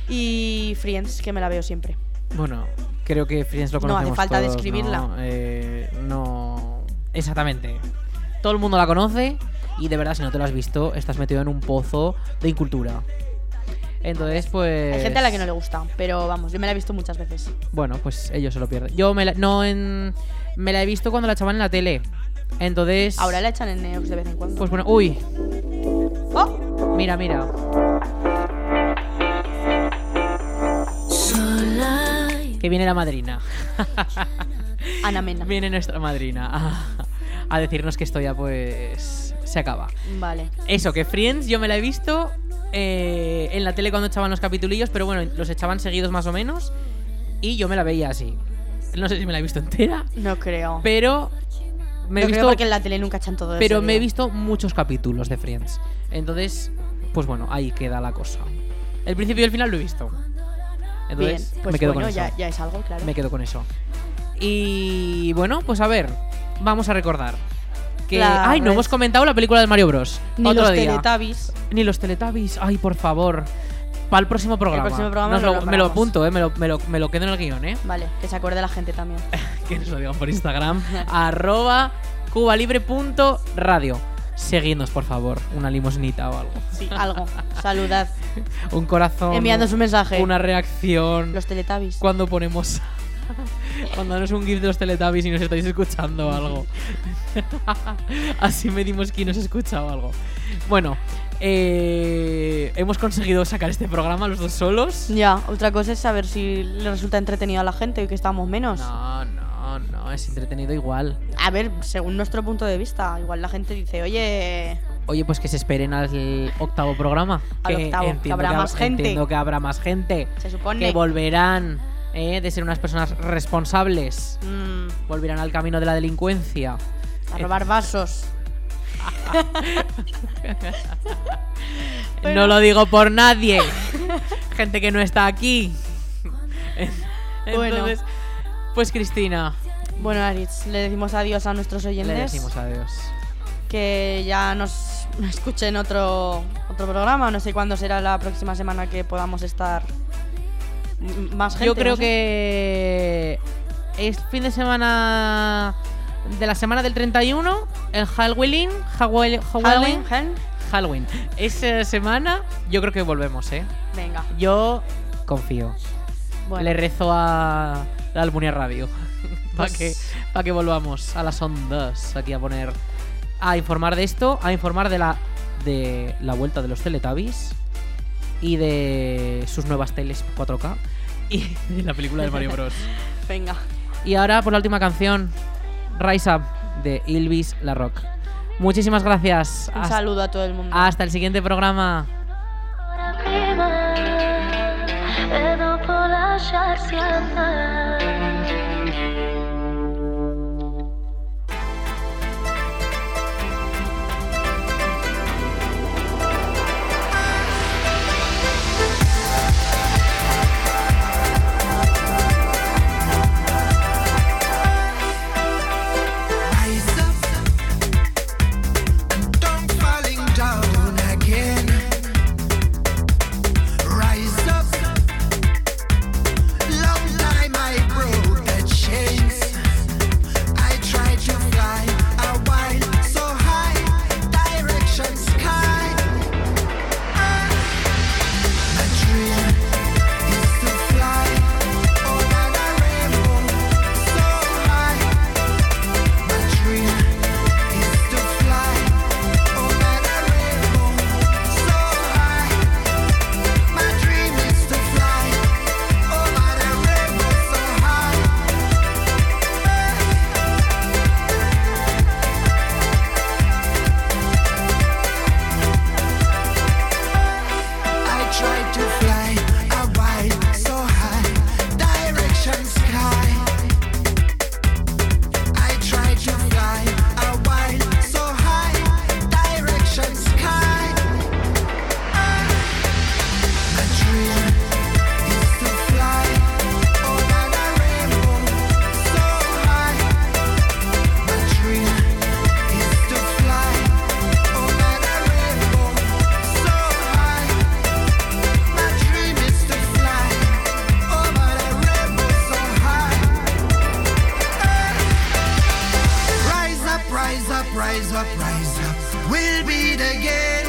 Speaker 3: Y Friends, que me la veo siempre.
Speaker 2: Bueno, creo que Friends lo
Speaker 3: No hace
Speaker 2: conocemos
Speaker 3: falta
Speaker 2: todos,
Speaker 3: describirla.
Speaker 2: ¿no? Eh, no... Exactamente. Todo el mundo la conoce y de verdad si no te lo has visto estás metido en un pozo de incultura. Entonces, pues...
Speaker 3: Hay gente a la que no le gusta, pero vamos, yo me la he visto muchas veces.
Speaker 2: Bueno, pues ellos se lo pierden. Yo me la, no en... me la he visto cuando la echaban en la tele. Entonces...
Speaker 3: Pues, Ahora la echan en Neox de vez en cuando.
Speaker 2: Pues bueno, uy,
Speaker 3: ¡Oh!
Speaker 2: me mira, mira.
Speaker 1: Sola y
Speaker 2: Que viene la madrina.
Speaker 3: Ana Mena.
Speaker 2: viene nuestra madrina a, a decirnos que esto ya pues se acaba.
Speaker 3: Vale.
Speaker 2: Eso, que Friends yo me la he visto eh, en la tele cuando echaban los capitulillos, pero bueno, los echaban seguidos más o menos y yo me la veía así. No sé si me la he visto entera,
Speaker 3: No creo.
Speaker 2: pero me he
Speaker 3: No creo
Speaker 2: visto
Speaker 3: porque en la tele nunca echan todo eso.
Speaker 2: pero me he
Speaker 3: tío.
Speaker 2: visto muchos capítulos de Friends. Entonces, pues bueno, ahí queda la cosa. El principio y el final lo he visto.
Speaker 3: Bien,
Speaker 2: Entonces,
Speaker 3: pues
Speaker 2: me quedo
Speaker 3: bueno,
Speaker 2: con eso.
Speaker 3: ya, ya es algo, claro.
Speaker 2: Me quedo con eso. Y bueno, pues a ver, vamos a recordar que
Speaker 3: La
Speaker 2: ay, no
Speaker 3: red.
Speaker 2: hemos comentado la película de Mario Bros.
Speaker 3: Ni
Speaker 2: Otro
Speaker 3: los
Speaker 2: día.
Speaker 3: Teletubbies.
Speaker 2: Ni los Teletubbies. Ay, por favor. Para el próximo programa.
Speaker 3: próximo programa
Speaker 2: Nos
Speaker 3: lo
Speaker 2: me lo
Speaker 3: preparamos.
Speaker 2: apunto, eh, me, lo, me, lo, me lo quedo en el guión, ¿eh?
Speaker 3: Vale, que se acuerde la gente también.
Speaker 2: que nos lo digan por Instagram, arroba cubalibre.radio. Seguidnos, por favor, una limosnita o algo.
Speaker 3: Sí, algo. Saludad.
Speaker 2: Un corazón.
Speaker 3: Enviando su mensaje.
Speaker 2: Una reacción.
Speaker 3: Los Teletubbies.
Speaker 2: Cuando ponemos. Cuando no es un gif de los Teletubbies y nos estáis escuchando o algo. Así medimos quién nos escucha o algo. Bueno, eh, hemos conseguido sacar este programa los dos solos.
Speaker 3: Ya, otra cosa es saber si le resulta entretenido a la gente y que estamos menos.
Speaker 2: No, no, no, es entretenido igual.
Speaker 3: A ver, según nuestro punto de vista, igual la gente dice, oye,
Speaker 2: Oye, pues que se esperen al octavo programa.
Speaker 3: Al octavo, que habrá
Speaker 2: hab-
Speaker 3: más gente.
Speaker 2: Entiendo que habrá más gente.
Speaker 3: se
Speaker 2: Que
Speaker 3: supone.
Speaker 2: volverán eh, de ser unas personas responsables.
Speaker 3: Mm,
Speaker 2: Volverán al camino de la delincuencia.
Speaker 3: a
Speaker 2: Eh,
Speaker 3: robar vasos.
Speaker 2: No lo digo por nadie. gente que no está aquí.
Speaker 3: Bueno.
Speaker 2: Entonces, pues Cristina,
Speaker 3: Bueno, Aritz, le decimos adiós a nuestros oyentes.
Speaker 2: le decimos adiós.
Speaker 3: que ya nos escuchen otro, otro programa. No sé cuándo será la próxima semana que podamos estar m- más gente.
Speaker 2: Yo creo
Speaker 3: no sé.
Speaker 2: que es fin de semana de la semana del 31, el Halloween, Halloween,
Speaker 3: Halloween, Halloween.
Speaker 2: Halloween. Esa semana yo creo que volvemos, ¿eh?
Speaker 3: Venga.
Speaker 2: Yo confío.
Speaker 3: Bueno,
Speaker 2: Le rezo a la Almunia Radio para
Speaker 3: Pues-
Speaker 2: que, pa' que volvamos a las ondas aquí a poner a informar de esto, a informar de la de la vuelta de los Teletubbies y de sus nuevas teles 4K y de la película de Mario Bros.
Speaker 3: venga.
Speaker 2: Y ahora por la última canción, Rise Up de Ilvis La Rock. Muchísimas gracias.
Speaker 3: Un
Speaker 2: Hasta-
Speaker 3: saludo a todo el mundo.
Speaker 2: hasta el siguiente programa.
Speaker 1: Ora prima e dopo lasciarsi andare.
Speaker 9: Rise up, don't falling down again. Rise up, long time I broke the chains. I tried to fly a while so high, direction sky. My dream is to fly over the rainbow so high. My dream is to fly over the rainbow so high. My dream is to fly over the rainbow so high. I try to fly a while so high, direction sky. I tried to fly a while so high, direction sky. My dream is to fly over the rainbow so high. My dream is to fly over the rainbow so high. My dream is to fly over the rainbow so high. Rise up, rise up, rise up, rise up. We'll beat again.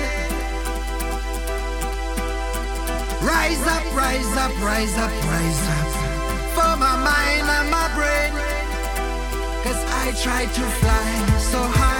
Speaker 9: Rise up, rise up, rise up, rise up. For my mind and my brain. Cause I try to fly so high.